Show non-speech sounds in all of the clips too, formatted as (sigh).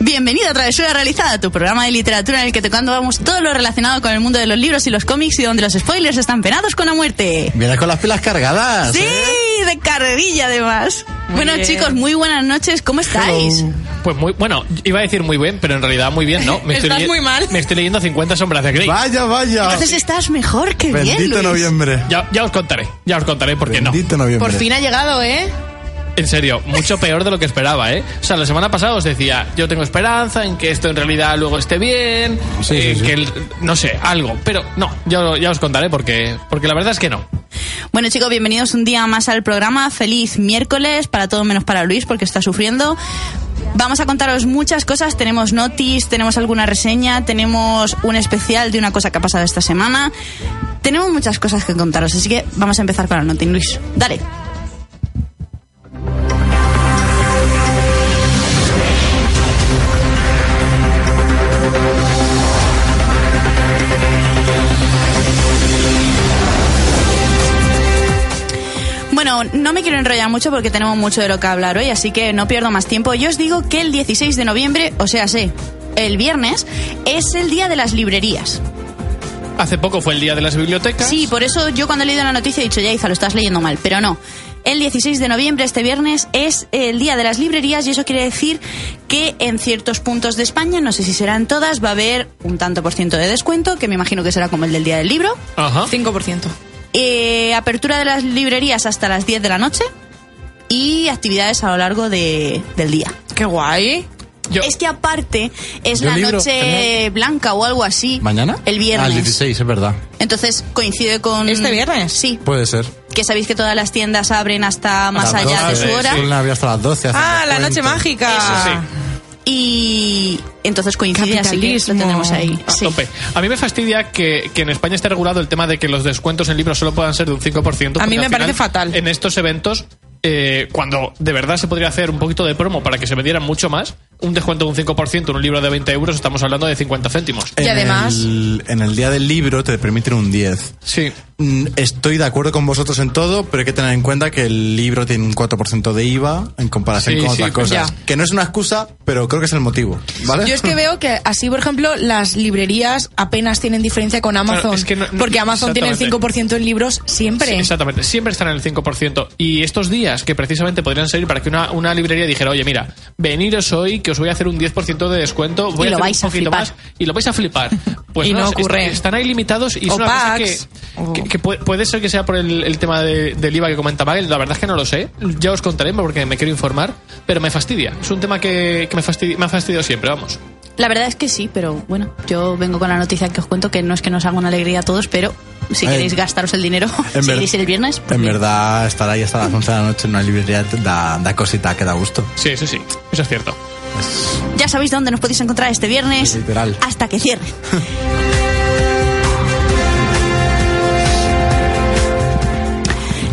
Bienvenido a Travesura Realizada, tu programa de literatura en el que tocando vamos todo lo relacionado con el mundo de los libros y los cómics y donde los spoilers están penados con la muerte. Vienes con las pilas cargadas. Sí, ¿eh? de carrerilla además. bueno bien. chicos, muy buenas noches, ¿cómo estáis? Pues muy, bueno, iba a decir muy bien, pero en realidad muy bien, ¿no? Me Estás leye- muy mal. Me estoy leyendo 50 sombras de Grey. Vaya, vaya. Entonces estás mejor que bien, Ah, Bendito Luis. noviembre. Ya, ya os contaré, ya os contaré por qué no. Bendito noviembre. Por fin ha llegado, ¿eh? En serio, (laughs) mucho peor de lo que esperaba, ¿eh? O sea, la semana pasada os decía, yo tengo esperanza en que esto en realidad luego esté bien, Sí, eh, sí, sí. que el- no sé, algo, pero no, ya, ya os contaré porque, porque la verdad es que no. Bueno chicos, bienvenidos un día más al programa. Feliz miércoles para todo menos para Luis porque está sufriendo. Vamos a contaros muchas cosas. Tenemos notis, tenemos alguna reseña, tenemos un especial de una cosa que ha pasado esta semana. Tenemos muchas cosas que contaros, así que vamos a empezar con la notin, Luis. Dale. Bueno, no me quiero enrollar mucho porque tenemos mucho de lo que hablar hoy, así que no pierdo más tiempo. Yo os digo que el 16 de noviembre, o sea, sé, el viernes, es el día de las librerías. Hace poco fue el día de las bibliotecas. Sí, pues, por eso yo cuando he leído la noticia he dicho, ya Iza, lo estás leyendo mal, pero no. El 16 de noviembre, este viernes, es el día de las librerías y eso quiere decir que en ciertos puntos de España, no sé si serán todas, va a haber un tanto por ciento de descuento, que me imagino que será como el del día del libro. Ajá. 5%. Eh, apertura de las librerías hasta las 10 de la noche y actividades a lo largo de- del día. Qué guay. Yo- Es que aparte es Yo la libro, noche blanca o algo así. ¿Mañana? El Ah, el viernes. 16, es verdad. Entonces coincide con... ¿Este viernes? Sí. Puede ser. Que sabéis que todas las tiendas abren hasta más Las allá de 12, su hora. sí. Una había hasta las 12. hacen Ah, la descuento. noche mágica. Eso sí. Y entonces coincide, así que lo Capitalismo. tenemos ahí. A Sí. tope. A mí me fastidia que, que en España esté regulado el tema de que los descuentos en libros solo puedan ser de un 5%. porque mí me al parece fatal. En estos eventos, eh, cuando de verdad se podría hacer un poquito de promo para que se vendieran mucho más, un descuento de un 5% en un libro de 20 euros, estamos hablando de 50 céntimos. Y En además- el- en el día del libro te permiten un 10. Sí. Mm, Estoy de acuerdo con vosotros en todo, pero hay que tener en cuenta que el libro tiene un 4% de IVA en comparación Sí, con sí, otras cosas. ya. Que no es una excusa, pero creo que es el motivo. ¿Vale? Yo es que veo que así, por ejemplo, las librerías apenas tienen diferencia con Amazon. Claro, es que no- no- porque Amazon tiene el exactamente. 5% en libros siempre. Sí, exactamente, siempre están en el 5%. Y estos días que precisamente podrían servir para que una, una librería dijera, oye, mira, veniros hoy que os voy a hacer un 10% de descuento, voy Y lo a hacer vais a un poquito flipar. más y lo vais (laughs) a flipar. Pues Y no es- ocurre. est- Están ahí limitados y es O una cosa que, packs, o- Oh. que- que puede, puede ser que sea por el, el tema de- del IVA que comenta Magel. La verdad es que no lo sé. Ya os contaré porque me quiero informar, pero me fastidia. Es un tema que, que me, fastidi- me ha fastidiado siempre, vamos. La verdad es que sí, pero bueno, yo vengo con la noticia que os cuento que no es que nos haga una alegría a todos, pero si Ay. queréis gastaros el dinero, (laughs) En si ver- queréis ir el viernes, pues En bien. verdad, estar ahí hasta las 11 de la noche en una librería te da, da cosita, que da gusto. Sí, eso sí, eso es cierto. Ya sabéis dónde nos podéis encontrar este viernes. Literal. Hasta que cierre.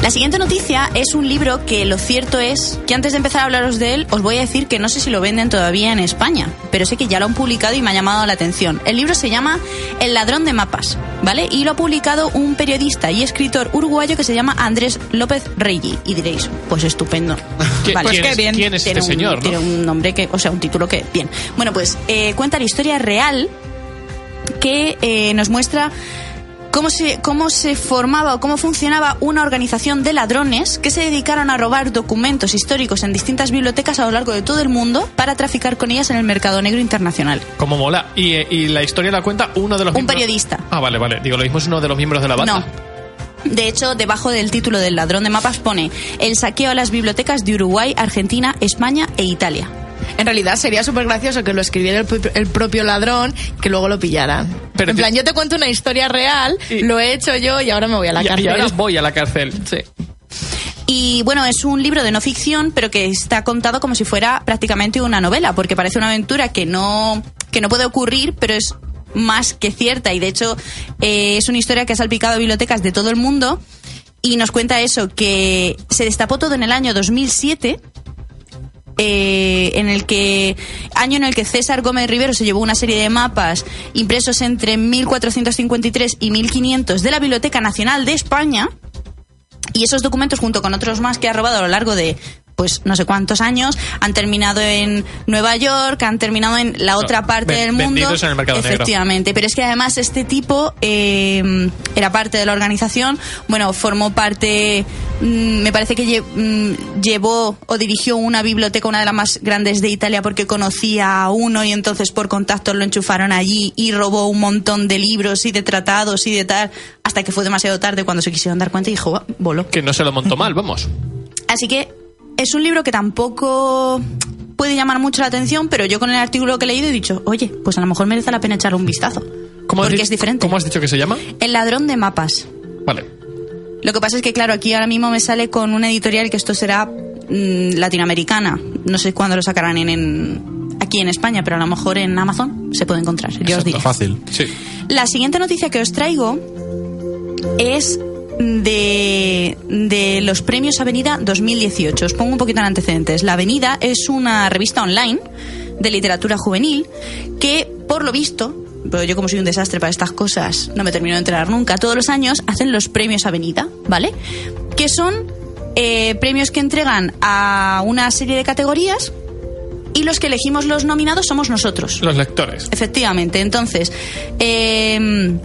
La siguiente noticia es un libro que lo cierto es que antes de empezar a hablaros de él, os voy a decir que no sé si lo venden todavía en España, pero sé que ya lo han publicado y me ha llamado la atención. El libro se llama El ladrón de mapas, ¿vale? Y lo ha publicado un periodista y escritor uruguayo que se llama Andrés López Reyes. Y diréis, pues estupendo. (laughs) ¿Qui- Vale. Pues ¿Quién, qué es, bien. quién es este Tiene un- señor? no? Tiene un nombre que, o sea, un título que, bien. Bueno, pues eh, cuenta la historia real que eh, nos muestra cómo se, cómo se formaba o cómo funcionaba una organización de ladrones que se dedicaron a robar documentos históricos en distintas bibliotecas a lo largo de todo el mundo para traficar con ellas en el mercado negro internacional. Como mola. Y, eh, y la historia la cuenta uno de los Un miembros- periodista. Ah, vale, vale. Digo, lo mismo es uno de los miembros de la banda. No. De hecho, debajo del título del ladrón de mapas pone el saqueo a las bibliotecas de Uruguay, Argentina, España e Italia. En realidad sería súper gracioso que lo escribiera el, pu- el propio ladrón que luego lo pillaran. Pero en ti- plan, yo te cuento una historia real, Y- lo he hecho yo y ahora me voy a la Y- y, cárcel. ahora voy a la cárcel. Sí. Y bueno, es un libro de no ficción, pero que está contado como si fuera prácticamente una novela, porque parece una aventura que no, que no puede ocurrir, pero es más que cierta. Y de hecho, eh, es una historia que ha salpicado bibliotecas de todo el mundo. Y nos cuenta eso, que se destapó todo en el año 2007 eh, en el que año en el que César Gómez Rivero se llevó una serie de mapas impresos entre 1453 y 1500 de la Biblioteca Nacional de España y esos documentos junto con otros más que ha robado a lo largo de pues no sé cuántos años han terminado en Nueva York han terminado en la otra No, parte ven- del mundo vendidos en el mercado negro. efectivamente pero es que además este tipo eh, era parte de la organización bueno formó parte mm, me parece que lle- mm, llevó o dirigió una biblioteca una de las más grandes de Italia porque conocía a uno y entonces por contactos lo enchufaron allí y robó un montón de libros y de tratados y de tal hasta que fue demasiado tarde cuando se quisieron dar cuenta y dijo "Ah, voló Que no se lo montó mal, vamos. Así que es un libro que tampoco puede llamar mucho la atención, pero yo con el artículo que he leído he dicho, oye, pues a lo mejor merece la pena echarle un vistazo. ¿Cómo has porque di- es diferente. ¿Cómo has dicho que se llama? El ladrón de mapas. Vale. Lo que pasa es que, claro, aquí ahora mismo me sale con una editorial que esto será mm, latinoamericana. No sé cuándo lo sacarán en, en- aquí en España, pero a lo mejor en Amazon se puede encontrar. Yo os Exacto. digo. Fácil. Sí. La siguiente noticia que os traigo es de, de los premios Avenida 2018. Os pongo un poquito en antecedentes. La Avenida es una revista online de literatura juvenil que, por lo visto, pero yo como soy un desastre para estas cosas, no me termino de enterar nunca, todos los años hacen los premios Avenida, ¿vale? Que son eh, premios que entregan a una serie de categorías y los que elegimos los nominados somos nosotros. Los lectores. Efectivamente, entonces eh,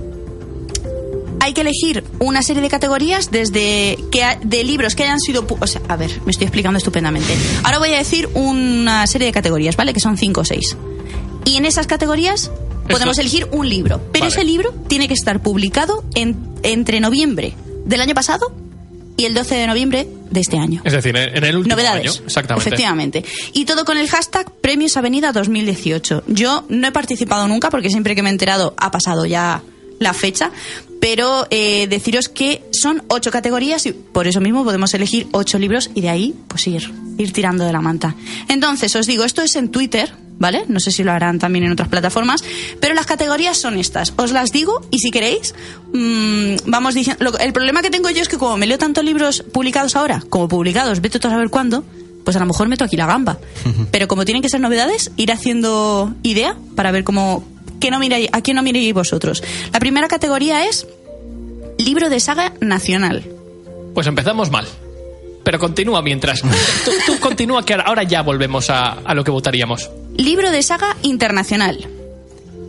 hay que elegir una serie de categorías desde que ha- de libros que hayan sido, pu- o sea, a ver, me estoy explicando estupendamente. Ahora voy a decir una serie de categorías, ¿vale? Que son cinco o seis. Y en esas categorías podemos Eso. elegir un libro, pero Vale. ese libro tiene que estar publicado en- entre noviembre del año pasado y el 12 de noviembre de este año. Es decir, en en el último Novedades. año. Exactamente. Efectivamente. Y todo con el hashtag Premios Avenida 2018. Yo no he participado nunca porque siempre que me he enterado ha pasado ya la fecha. Pero eh, deciros que son ocho categorías y por eso mismo podemos elegir ocho libros y de ahí pues ir, ir tirando de la manta. Entonces, os digo, esto es en Twitter, ¿vale? No sé si lo harán también en otras plataformas, pero las categorías son estas. Os las digo y si queréis, mm, vamos diciendo... lo- el problema que tengo yo es que como me leo tantos libros publicados ahora, como publicados, vete tú a saber cuándo, pues a lo mejor meto aquí la gamba. Pero como tienen que ser novedades, ir haciendo idea para ver cómo... qué no miráis, a quién no miréis vosotros. La primera categoría es libro de saga nacional. Pues empezamos mal. Pero continúa (laughs) mientras. Tú, tú continúa que ahora, ahora ya volvemos a, a lo que votaríamos. Libro de saga internacional.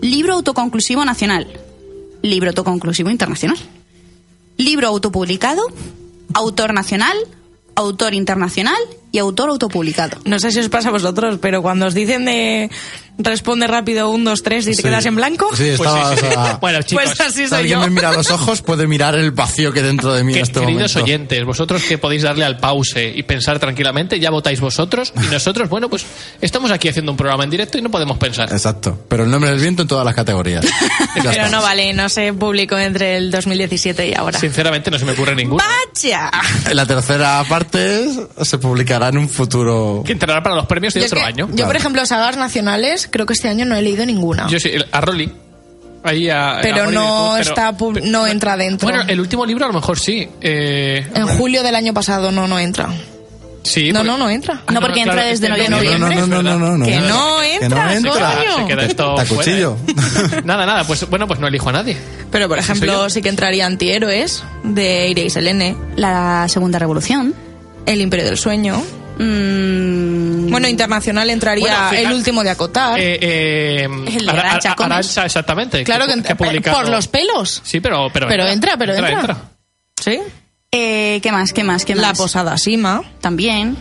Libro autoconclusivo nacional. Libro autoconclusivo internacional. Libro autopublicado. Autor nacional. Autor internacional. Y autor autopublicado. No sé si os pasa a vosotros, pero cuando os dicen de responde rápido un, dos, tres y te Sí. quedas en blanco, Sí, Pues estaba. sí, sí. o sea, (laughs) Bueno, chicos. pues así si soy yo. alguien me mira a los ojos, puede mirar el vacío que dentro de mí que- en este queridos momento. oyentes, vosotros que podéis darle al pause y pensar tranquilamente, ya votáis vosotros y nosotros, bueno, pues estamos aquí haciendo un programa en directo y no podemos pensar. Exacto. Pero el nombre del viento en todas las categorías. Ya (laughs) Pero está. no vale, no se publicó entre el 2017 y ahora. Sinceramente no se me ocurre ninguno. ¡Pacha! Ah, La tercera parte es- se publicará en un futuro. Que entrará para los premios de Yo, es otro que- año. yo, por ejemplo, sagas nacionales, creo que este año no he leído ninguna. Yo sí, ah, el- a Rolly. Ahí a, Pero a Rolly no Virtud, está pub- no entra dentro. Bueno, el último libro a lo mejor sí. Eh, En julio del año pasado no, no entra. sí No, porque- Ah, no, no eh. entra. No, porque entra desde es de noviembre. No, no, no, no, no, no. Que no Que entra, Se queda- se queda esto Te ¿eh? fuera, acuchillo. ¿eh? (laughs) Nada, nada, pues bueno, pues no elijo a nadie. Pero, por ejemplo, señor. sí que entraría Antihéroes de Iris Selene, La segunda revolución. El Imperio del Sueño. Mm, Bueno, internacional entraría Bueno, fija- el último de acotar. Eh, eh, El de Ara- Ara- Arancha Comas. Arancha, exactamente. claro que, ha entra- Eh, publicado- por los pelos. Sí, pero, pero, Pero entra, pero entra. ¿Sí? Eh, ¿Qué más? ¿Qué más? ¿Qué más? La posada Sima. También.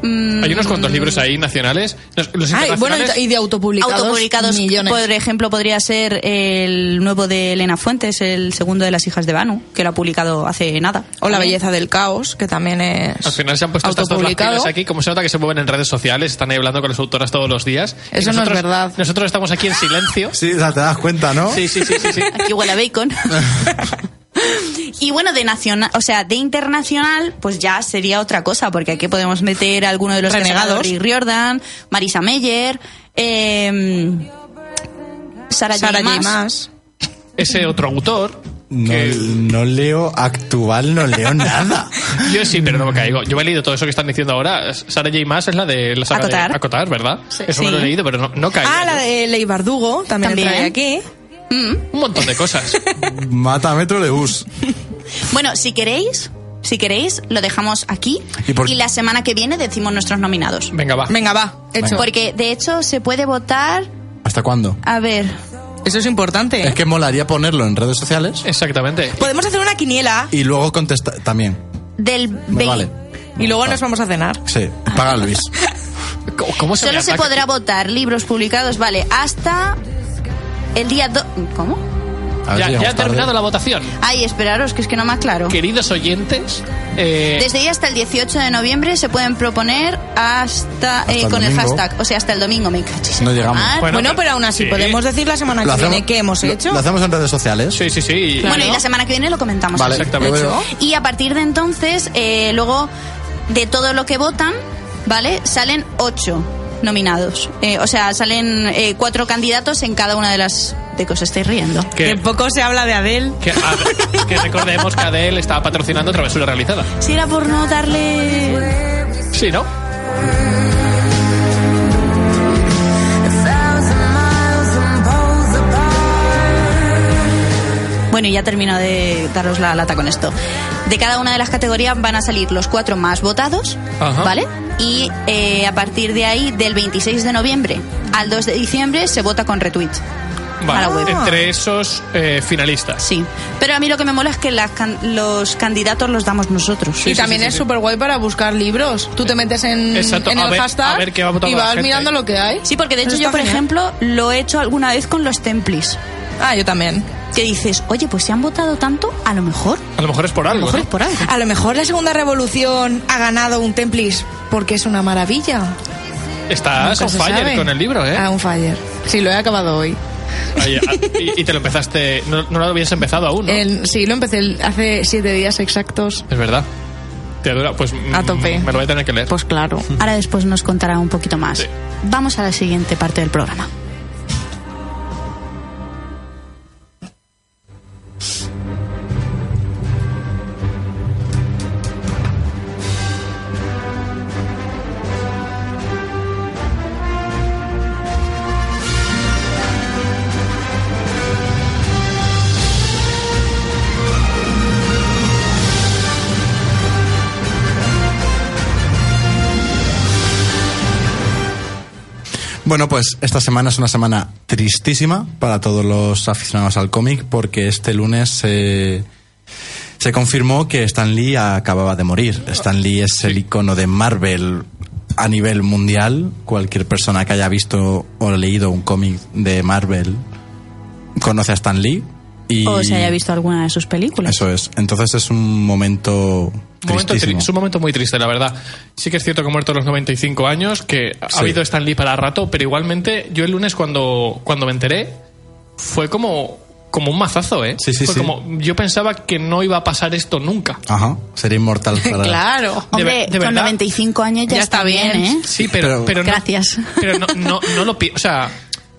Mm, Hay unos cuantos libros ahí nacionales. Los, los Ay, bueno, internacionales- y de autopublicados, autopublicados, millones. por ejemplo, podría ser el nuevo de Elena Fuentes, el segundo de las hijas de Banu, que lo ha publicado hace nada. O La belleza del caos, que también es Al final se han puesto estas dos las autopublicado. pilas aquí, como se nota que se mueven en redes sociales, están ahí hablando con las autoras todos los días. Eso Y no es verdad. Nosotros estamos aquí en silencio. (laughs) Sí, o sea, te das cuenta, ¿no? Sí, sí, sí, sí, sí. Aquí huele a bacon. Y bueno, de nacional, o sea, de internacional, pues ya sería otra cosa, porque aquí podemos meter a alguno de los Renegados. Rick Riordan, Marisa Meyer, eh, Sara Sara J. Maas. J. Maas. Ese otro autor. No, que- no leo actual, no leo nada. (laughs) Yo sí, pero no me caigo. Yo me he leído todo eso que están diciendo ahora. Sara J. Maas es la de la saga de Acotar. Acotar, ¿verdad? Sí. Eso me lo he Sí. leído, pero no, no caigo. Ah, la de Ley Bardugo también, También. entraría aquí. Un montón de (laughs) cosas. Mata metro de bus. Bueno, si queréis, si queréis, lo dejamos aquí ¿Y y, por- la semana que viene decimos nuestros nominados. Venga, va. Venga, va, hecho. Porque de hecho se puede votar, ¿Hasta cuándo? a ver, Eso es importante. Eh. Es que molaría ponerlo en redes sociales Eh. Exactamente. Podemos hacer una quiniela y luego contestar también. del Me vein- Pues vale. y luego nos vamos a cenar. Sí, paga Luis. ¿Cómo- ¿Cómo se Solo me se ataca? podrá votar libros publicados, vale, hasta el día 2. ¿Cómo? A ver Ya, si ya llegamos ha tarde. terminado la votación. Ay, esperaros, que es que no más claro. Queridos oyentes, eh, Desde ahí hasta el 18 de noviembre se pueden proponer hasta, eh, el con el domingo. hashtag, o sea, hasta el domingo, me cachis. No llegamos. Ah, Bueno, Bueno, pero- pero aún así, sí. podemos decir la semana que viene qué hemos lo- hecho. Lo hacemos en redes sociales. sí, sí, sí. Bueno, y la semana que viene lo comentamos. Vale, Exactamente. lo veo. Y a partir de entonces, eh, luego de todo lo que votan, ¿vale? Salen ocho nominados. Eh, o sea, salen eh, cuatro candidatos en cada una de las... ¿De que os estáis riendo? Que- Que poco se habla de Adele. Que, a- que recordemos que Adele estaba patrocinando Travesura Realizada. Si era por no darle... Sí, ¿no? Bueno, y ya termino de daros la lata con esto. De cada una de las categorías van a salir los cuatro más votados, Ajá. ¿vale? Y eh, a partir de ahí, del 26 de noviembre al 2 de diciembre, se vota con retweet. Vale. A la web. Entre esos eh, finalistas. Sí, pero a mí lo que me mola es que las can- los candidatos los damos nosotros. y también es súper guay para buscar libros. Tú te metes en, Exacto, en a el ver- hashtag a ver qué va votando y la vas gente. mirando lo que hay. Sí, porque de hecho Eso yo, está por genial. ejemplo, lo he hecho alguna vez con los templis, Ah, yo también. que dices, oye, pues si han votado tanto, a lo mejor, A lo mejor es por a lo algo. mejor ¿no? es por algo. A lo mejor la segunda revolución ha ganado un Templis porque es una maravilla. Estás Nunca on se Ah, fire sabe. con el libro, ¿eh? Ah, un fire. Sí, lo he acabado hoy. Ahí, ah, y, y te lo empezaste. No, no lo habías empezado aún, ¿no? El- sí, lo empecé el- hace siete días exactos. Es verdad. Te dura. Pues. mm, A tope. Me lo voy a tener que leer. Pues claro. Ahora después nos contará un poquito más. Sí. Vamos a la siguiente parte del programa. Bueno, pues esta semana es una semana tristísima para todos los aficionados al cómic porque este lunes se, se confirmó que Stan Lee acababa de morir. Stan Lee es el icono de Marvel a nivel mundial. Cualquier persona que haya visto o leído un cómic de Marvel conoce a Stan Lee. Y O se haya visto alguna de sus películas. Eso es. Entonces es un momento Un momento tri- tristísimo. es un momento muy triste, la verdad. Sí que es cierto que ha muerto a los 95 años, que ha Sí. habido Stan Lee para rato, pero igualmente yo el lunes cuando, cuando me enteré fue como, como un mazazo, ¿eh? Sí, sí, Fue sí. como, yo pensaba que no iba a pasar esto nunca. Ajá, sería inmortal (laughs) para Claro. De Hombre, ver- de con verdad. 95 años ya, Ya está está bien, bien. ¿eh? Sí, pero, Pero- pero, no, Gracias. Pero no, no, no lo pienso, o sea,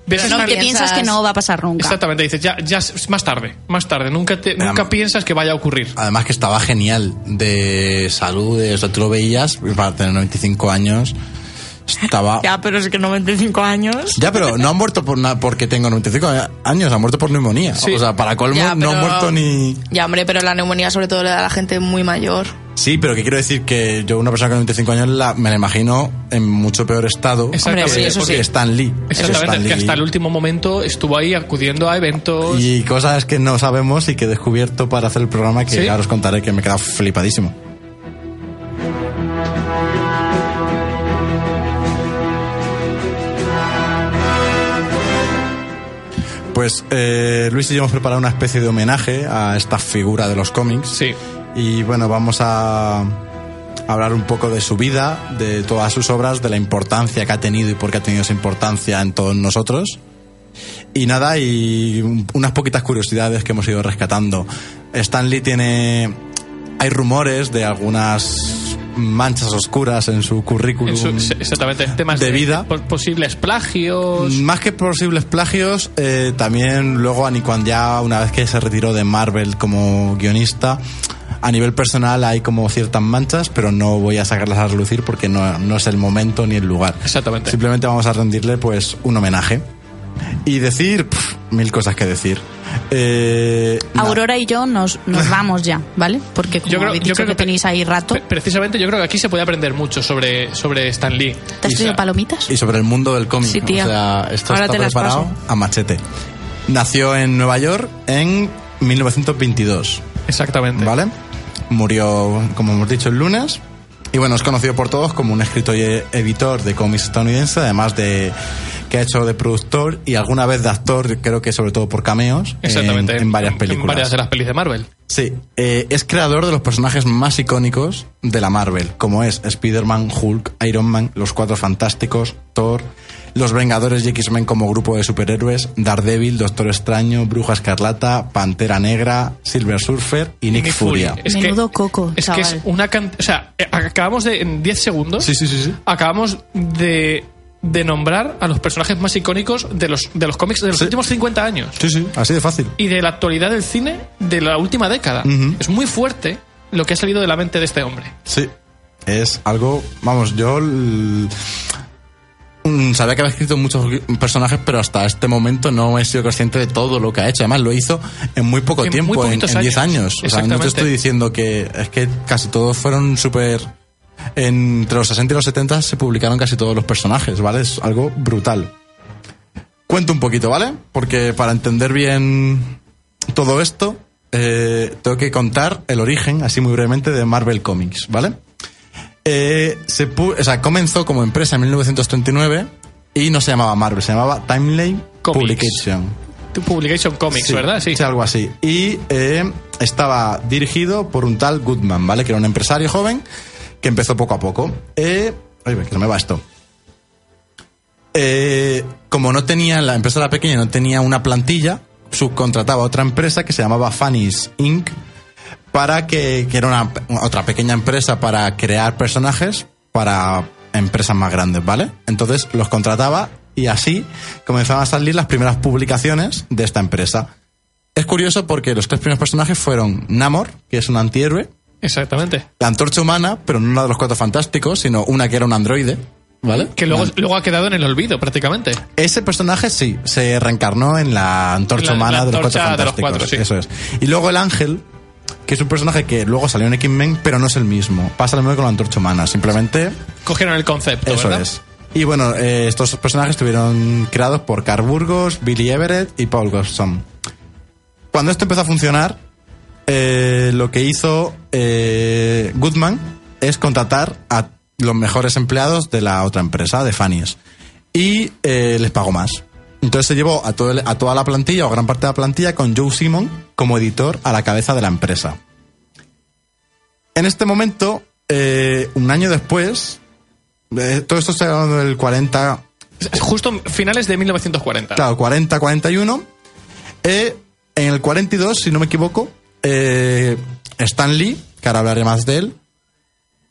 ves a No, Stan que Lee- piensas que no va a pasar nunca. Exactamente, dices, ya, ya, es- más tarde, más tarde, nunca, te, nunca Am- piensas que vaya a ocurrir. Además que estaba genial de salud, de, o sea, tú lo veías, para tener 95 años, (laughs) estaba... Ya, pero es que 95 años. Ya, pero no han muerto por na- porque tengo 95 años, han muerto por neumonía. Sí. O sea, para colmo, Ya, no han pero- muerto ni... Ya, hombre, pero la neumonía sobre todo le da a la gente muy mayor. Sí, pero que quiero decir que yo, una persona con 25 años, la, me la imagino en mucho peor estado Exactamente, que, sí, eso porque sí. Stan Lee. Exactamente, Stan que Lee. hasta el último momento estuvo ahí acudiendo a eventos. Y cosas que no sabemos y que he descubierto para hacer el programa que ¿Sí? ahora os contaré que me he quedado flipadísimo. Pues eh, Luis y yo hemos preparado una especie de homenaje a esta figura de los cómics. Sí. Y bueno, vamos a hablar un poco de su vida, de todas sus obras, de la importancia que ha tenido y por qué ha tenido esa importancia en todos nosotros. Y nada, y un- unas poquitas curiosidades que hemos ido rescatando. Stanley tiene... Hay rumores de algunas manchas oscuras en su currículum. en su- exactamente, temas de vida. Mm. po- posibles plagios. Más que posibles plagios, eh, también luego Ani cuando ya una vez que se retiró de Marvel como guionista, a nivel personal hay como ciertas manchas, pero no voy a sacarlas a relucir porque no, no es el momento ni el lugar. Exactamente. Simplemente vamos a rendirle pues un homenaje. Y decir pf, mil cosas que decir. Eh, nada. Aurora y yo nos, nos vamos ya, ¿vale? Porque como Yo creo- habéis yo dicho creo que, que- tenéis ahí rato. Pre- Precisamente yo creo que aquí se puede aprender mucho sobre, sobre Stan Lee. ¿Te has traído palomitas? Y sobre el mundo del cómic. Sí, tía. O sea, esto Ahora está te las preparado paso. a machete. Nació en Nueva York en 1922. Exactamente. ¿Vale? Murió, como hemos dicho, el lunes. Y bueno, es conocido por todos como un escritor y e- editor de cómics estadounidense, además de que ha hecho de productor y alguna vez de actor, creo que sobre todo por cameos, en- Exactamente. en, varias películas. En varias de las pelis de Marvel. Sí, eh, es creador de los personajes más icónicos de la Marvel, como es Spider-Man, Hulk, Iron Man, Los Cuatro Fantásticos, Thor, Los Vengadores y X-Men como grupo de superhéroes, Daredevil, Doctor Extraño, Bruja Escarlata, Pantera Negra, Silver Surfer y Nick, Nick Furia. Es que- Menudo coco, Es que es chaval. una cantidad... O sea, eh, acabamos de... En 10 segundos... Sí, sí, sí, sí. Acabamos de, de nombrar a los personajes más icónicos de los, de los cómics de los Sí. últimos 50 años. Sí, sí, así de fácil. Y de la actualidad del cine de la última década. Ujú. Es muy fuerte lo que ha salido de la mente de este hombre. Sí. Es algo, vamos, yo l- mm, sabía que había escrito muchos gui- personajes, pero hasta este momento no he sido consciente de todo lo que ha hecho. Además, lo hizo en muy poco En tiempo, muy en poquitos en 10 años. años. O sea, no te Exactamente. estoy diciendo que es que casi todos fueron súper... Entre los 60 y los 70 se publicaron casi todos los personajes, ¿vale? Es algo brutal. Cuento un poquito, ¿vale? Porque para entender bien todo esto, eh, tengo que contar el origen, así muy brevemente, de Marvel Comics, ¿vale? Eh, se pu- o sea, comenzó como empresa en 1939 y no se llamaba Marvel, se llamaba Timeline Comics. Publication. Tu Publication Comics, Sí, ¿verdad? Sí. algo así. Y eh, estaba dirigido por un tal Goodman, ¿vale? Que era un empresario joven que empezó poco a poco. Eh, ay, que no me va esto. Eh, como no tenía, la empresa era pequeña, no tenía una plantilla, subcontrataba a otra empresa que se llamaba Fanny's Inc. para que, que era una, otra pequeña empresa para crear personajes para empresas más grandes, ¿vale? Entonces los contrataba y así comenzaban a salir las primeras publicaciones de esta empresa. Es curioso porque los tres primeros personajes fueron Namor, que es un antihéroe, Exactamente. la antorcha humana, pero no una de los cuatro fantásticos, sino una que era un androide, ¿vale? Que luego, Una- luego ha quedado en el olvido prácticamente. ese personaje sí, se reencarnó en la antorcha La- la humana de los antorcha cuatro de los fantásticos. cuatro, sí. Eso es. Y luego el ángel, que es un personaje que luego salió en X-Men, pero no es el mismo. Pasa lo mismo con la antorcha humana. Simplemente Cogieron el concepto, eso ¿verdad? es. Y bueno, eh, estos personajes estuvieron creados por Carl Burgos, Billy Everett y Paul Goldson. Cuando esto empezó a funcionar, eh, lo que hizo eh, Goodman es contratar a los mejores empleados de la otra empresa, de Fannies, y eh, les pagó más. Entonces se llevó a, todo el- a toda la plantilla o gran parte de la plantilla con Joe Simon como editor a la cabeza de la empresa. En este momento, eh, un año después, eh, todo esto está hablando del 40, Justo finales de 1940. claro, 40, 41. Eh, en el 42, si no me equivoco, eh, Stan Lee, que ahora hablaré más de él,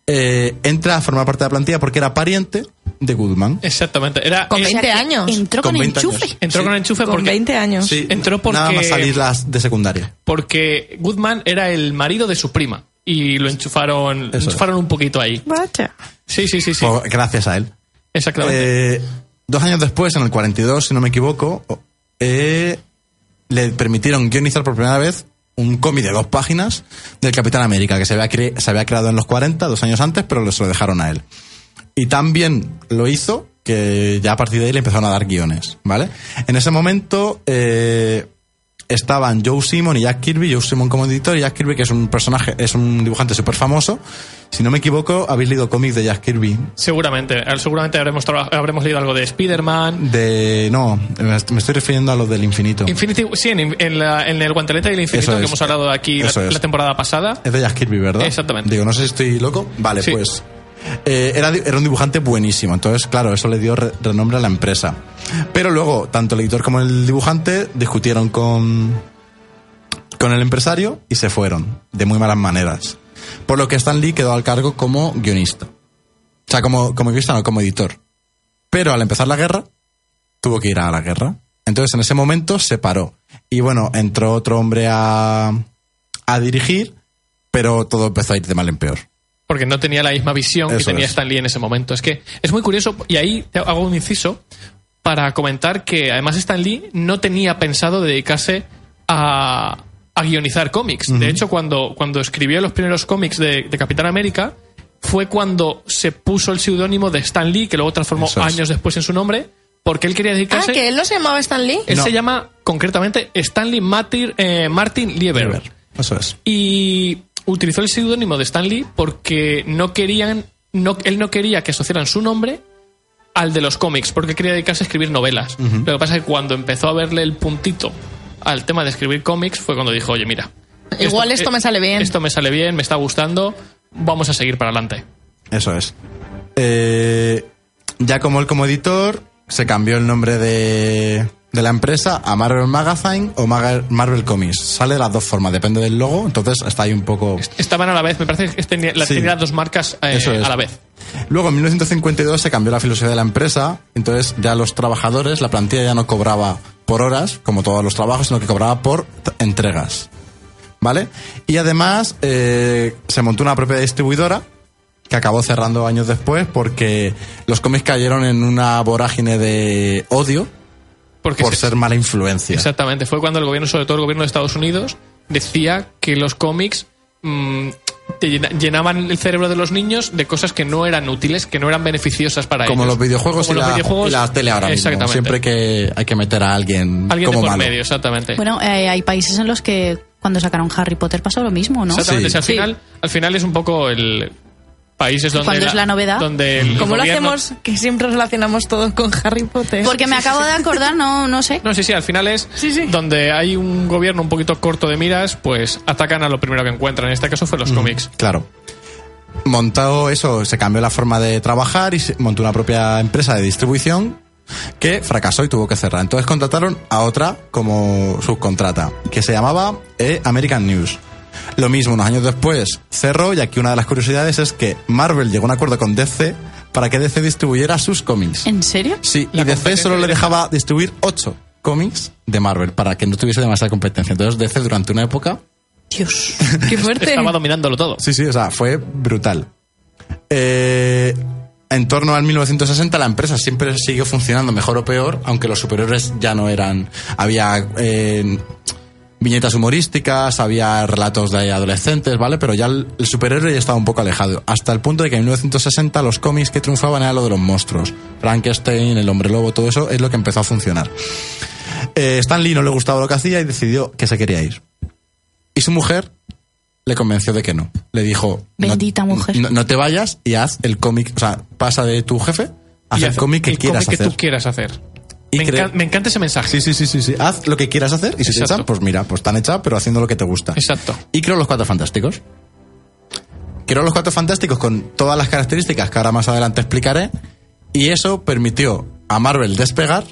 eh, entra a formar parte de la plantilla porque era pariente de Goodman. Exactamente. Era, Con es- 20 años. Entró con, Con 20 enchufe. años. entró Sí. con enchufe Con porque, 20 años. Sí, entró Nada porque- más salir las de secundaria. porque Goodman era el marido de su prima. Y lo enchufaron, es. enchufaron un poquito ahí. Vaya. Sí, sí, sí, sí. Pues gracias a él. Exactamente. Eh, dos años después, en el 42, si no me equivoco, eh, le permitieron guionizar por primera vez un cómic de dos páginas del Capitán América, que se había, cre- se había creado en los 40, dos años antes, pero se lo dejaron a él. Y también lo hizo que ya a partir de ahí le empezaron a dar guiones, ¿vale? En ese momento eh, estaban Joe Simon y Jack Kirby, Joe Simon como editor y Jack Kirby que es un personaje, es un dibujante súper famoso. Si no me equivoco, habéis leído cómics de Jack Kirby. Seguramente, eh, seguramente habremos, traba- habremos leído algo de Spider-Man. De... No, me est- me estoy refiriendo a los del infinito. Infinity, sí, en, en la- en el guantelete del infinito Eso que es. hemos hablado aquí la, Eso es. la temporada pasada. Es de Jack Kirby, ¿verdad? Exactamente. Digo, no sé si estoy loco. Vale, Sí. pues. eh, era, di- era un dibujante buenísimo. Entonces, claro, eso le dio re- renombre a la empresa. Pero luego, tanto el editor como el dibujante discutieron con. con el empresario y se fueron. De muy malas maneras. Por lo que Stan Lee quedó al cargo como guionista. O sea, como, como guionista, no, como editor. Pero al empezar la guerra, tuvo que ir a la guerra. Entonces en ese momento se paró. Y bueno, entró otro hombre a, a dirigir, pero todo empezó a ir de mal en peor. porque no tenía la misma visión que Eso tenía es. Stan Lee en ese momento. Es que es muy curioso, y ahí te hago un inciso para comentar que además Stan Lee no tenía pensado dedicarse a, a guionizar cómics. De hecho, cuando, cuando escribió los primeros cómics de, de Capitán América, fue cuando se puso el seudónimo de Stan Lee, que luego transformó Eso es. años después en su nombre, porque él quería Ah, dedicarse... que él no se llamaba Stan Lee. Él No. se llama concretamente Stanley Martin, eh, Martin Lieber. Ver, Eso es. y utilizó el seudónimo de Stan Lee porque no querían no, él no quería que asociaran su nombre al de los cómics porque quería dedicarse a escribir novelas lo que pasa es que cuando empezó a verle el puntito al tema de escribir cómics fue cuando dijo oye mira eh, Igual esto me sale bien". esto me sale bien me está gustando vamos a seguir para adelante Eso es. Eh, ya como él como editor, se cambió el nombre de, de la empresa a Marvel Magazine o Maga- Marvel Comics. Sale de las dos formas, depende del logo, entonces está ahí un poco... estaban a la vez me parece que tenía, las Sí. tenía las dos marcas eh, Eso es. a la vez Luego, en 1952 se cambió la filosofía de la empresa, entonces ya los trabajadores, la plantilla ya no cobraba por horas, como todos los trabajos, sino que cobraba por t- entregas. ¿Vale? Y además eh, se montó una propia distribuidora que acabó cerrando años después porque los cómics cayeron en una vorágine de odio porque por se- ser mala influencia. Exactamente, fue cuando el gobierno, sobre todo el gobierno de Estados Unidos, decía que los cómics mm, te llena- llenaban el cerebro de los niños de cosas que no eran útiles, que no eran beneficiosas para Como ellos. los videojuegos, Como y, los la, videojuegos, y la tele ahora mismo. Exactamente. Siempre que hay que meter a alguien, Alguien como de por malo. medio, exactamente. Bueno, eh, hay países en los que cuando sacaron Harry Potter pasó lo mismo, ¿no? exactamente. Sí. si al, final, al final es un poco el países donde Cuando es la novedad. donde el ¿Cómo lo gobierno- hacemos que siempre relacionamos todo con Harry Potter? Porque me acabo de acordar, no, no sé. (laughs) No, sí, sí, al final es Sí, sí. donde hay un gobierno un poquito corto de miras, pues atacan a lo primero que encuentran. En este caso fue los cómics. Claro. Montado eso, se cambió la forma de trabajar y se montó una propia empresa de distribución que fracasó y tuvo que cerrar. Entonces contrataron a otra como subcontrata, que se llamaba eh, American News. Lo mismo, unos años después cerró y aquí una de las curiosidades es que Marvel llegó a un acuerdo con DC para que DC distribuyera sus cómics. ¿En serio? Sí, La y DC competencia solo le directa. dejaba distribuir ocho cómics de Marvel para que no tuviese demasiada competencia. Entonces DC durante una época Dios. ¡Qué fuerte! Estaba dominándolo todo. Sí, sí, o sea, fue brutal. Eh, en torno al 1960 la empresa siempre siguió funcionando mejor o peor, aunque los superiores ya no eran... Había eh, viñetas humorísticas, había relatos de adolescentes, ¿vale? Pero ya el, el superhéroe ya estaba un poco alejado, hasta el punto de que en 1960 los cómics que triunfaban era lo de los monstruos. Frankenstein, el hombre lobo, todo eso es lo que empezó a funcionar. Eh, Stan Lee no le gustaba lo que hacía y decidió que se quería ir. Y su mujer le convenció de que no. Le dijo... "No- Bendita mujer. No, no te vayas y haz el cómic, o sea, pasa de tu jefe, haz Y el hace- cómic que el quieras cómic hacer. tú quieras hacer. Y Me, cre- encan- me encanta ese mensaje. Sí, sí, sí, sí, sí. Haz lo que quieras hacer y si te Exacto. echan, pues mira, pues te han echado, pero haciendo lo que te gusta. Exacto. Y creo los cuatro fantásticos. Creo los cuatro fantásticos con todas las características que ahora más adelante explicaré. Y eso permitió a Marvel despegar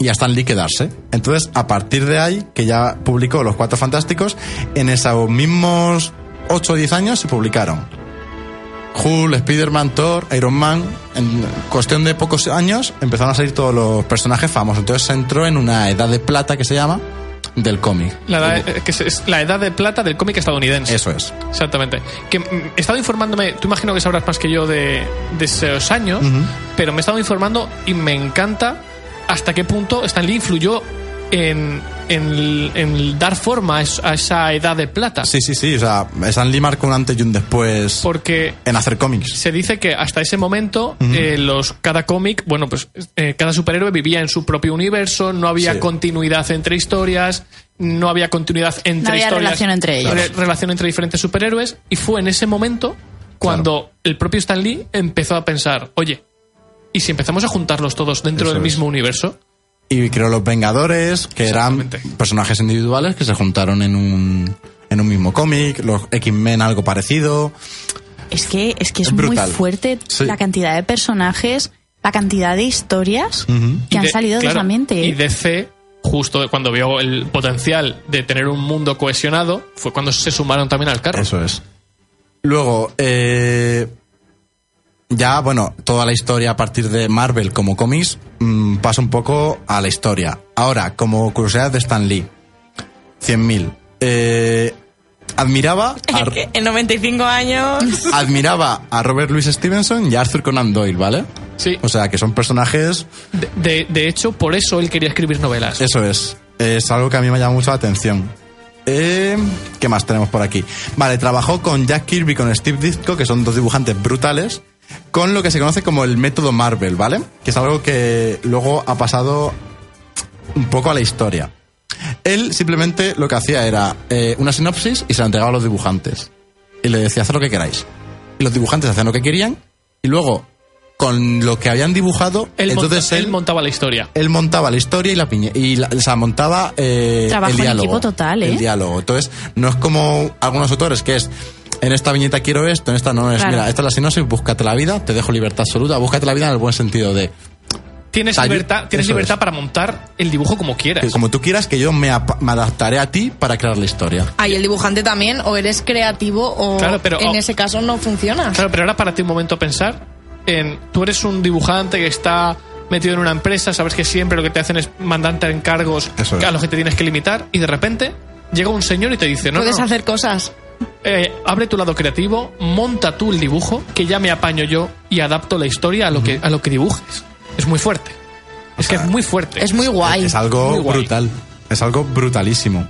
y a Stan Lee quedarse. Entonces, a partir de ahí, que ya publicó los cuatro fantásticos, en esos mismos 8 o 10 años se publicaron. Hulk, Spider-Man, Thor, Iron Man, en cuestión de pocos años empezaron a salir todos los personajes famosos. Entonces se entró en una edad de plata que se llama del cómic. La edad, eh, que es- es la edad de plata del cómic estadounidense. Eso es. Exactamente. Que mm, he estado informándome, tú imagino que sabrás más que yo de, de esos años, pero me he estado informando y me encanta hasta qué punto Stan Lee influyó en en, en dar forma a es- a esa edad de plata. Sí, sí, sí. O sea, Stan Lee marcó un antes y un después Porque en hacer cómics. se dice que hasta ese momento eh, los cada cómic bueno pues eh, cada superhéroe vivía en su propio universo no había Sí. continuidad entre historias no había continuidad entre había historias relación entre ellos. re- relación entre diferentes superhéroes y fue en ese momento cuando el propio Stan Lee empezó a pensar oye y si empezamos a juntarlos todos dentro Eso del es. mismo universo Y creó Los Vengadores, que eran Exactamente. personajes individuales que se juntaron en un, en un mismo cómic. Los X-Men algo parecido. Es que es, que es, Es muy brutal. fuerte Sí. la cantidad de personajes, la cantidad de historias Ujú. que Y han de- salido de claro, esa mente. ¿eh? Y DC, justo cuando vio el potencial de tener un mundo cohesionado, fue cuando se sumaron también al carro. Eso es. Luego, eh, ya, bueno, toda la historia a partir de Marvel como cómics mm, pasa un poco a la historia. Ahora, como curiosidad de Stan Lee, 100.000. Eh, admiraba a, En 95 años. admiraba a Robert Louis Stevenson y a Arthur Conan Doyle, ¿vale? Sí. O sea, que son personajes... De, de- de hecho, por eso él quería escribir novelas. Eso es. Es algo que a mí me llama mucho la atención. Eh, ¿Qué más tenemos por aquí? Vale, trabajó con Jack Kirby y con Steve Ditko, que son dos dibujantes brutales, con lo que se conoce como el método Marvel, ¿vale? Que es algo que luego ha pasado un poco a la historia. Él simplemente lo que hacía era eh, una sinopsis y se la entregaba a los dibujantes. Y le decía, haz lo que queráis. Y los dibujantes hacían lo que querían y luego, con lo que habían dibujado, Él, monta- entonces él montaba la historia. él montaba la historia y la piña y la, o sea, montaba eh, Trabajo el en diálogo, equipo total, ¿eh? el diálogo. Entonces no es como algunos autores que es en esta viñeta quiero esto, en esta no es. Claro. Mira, esta es la sinopsis, búscate la vida, te dejo libertad absoluta, búscate la vida en el buen sentido de Tienes Tayo- libertad, tienes eso libertad es. para montar el dibujo como quieras. que como tú quieras que yo me, ap- me adaptaré a ti para crear la historia. Ahí el dibujante también, o eres creativo o Claro, pero- en o- ese caso no funciona. Claro, pero ahora para ti un momento pensar en tú eres un dibujante que está metido en una empresa, sabes que siempre lo que te hacen es mandarte encargos Eso es. a los que te tienes que limitar y de repente llega un señor y te dice, no, Puedes no, hacer cosas. Eh, abre tu lado creativo, monta tú el dibujo, que ya me apaño yo y adapto la historia a lo que, a lo que dibujes. Es muy fuerte. Es que es muy fuerte. Es muy guay. Es algo Muy guay. brutal. Es algo brutalísimo.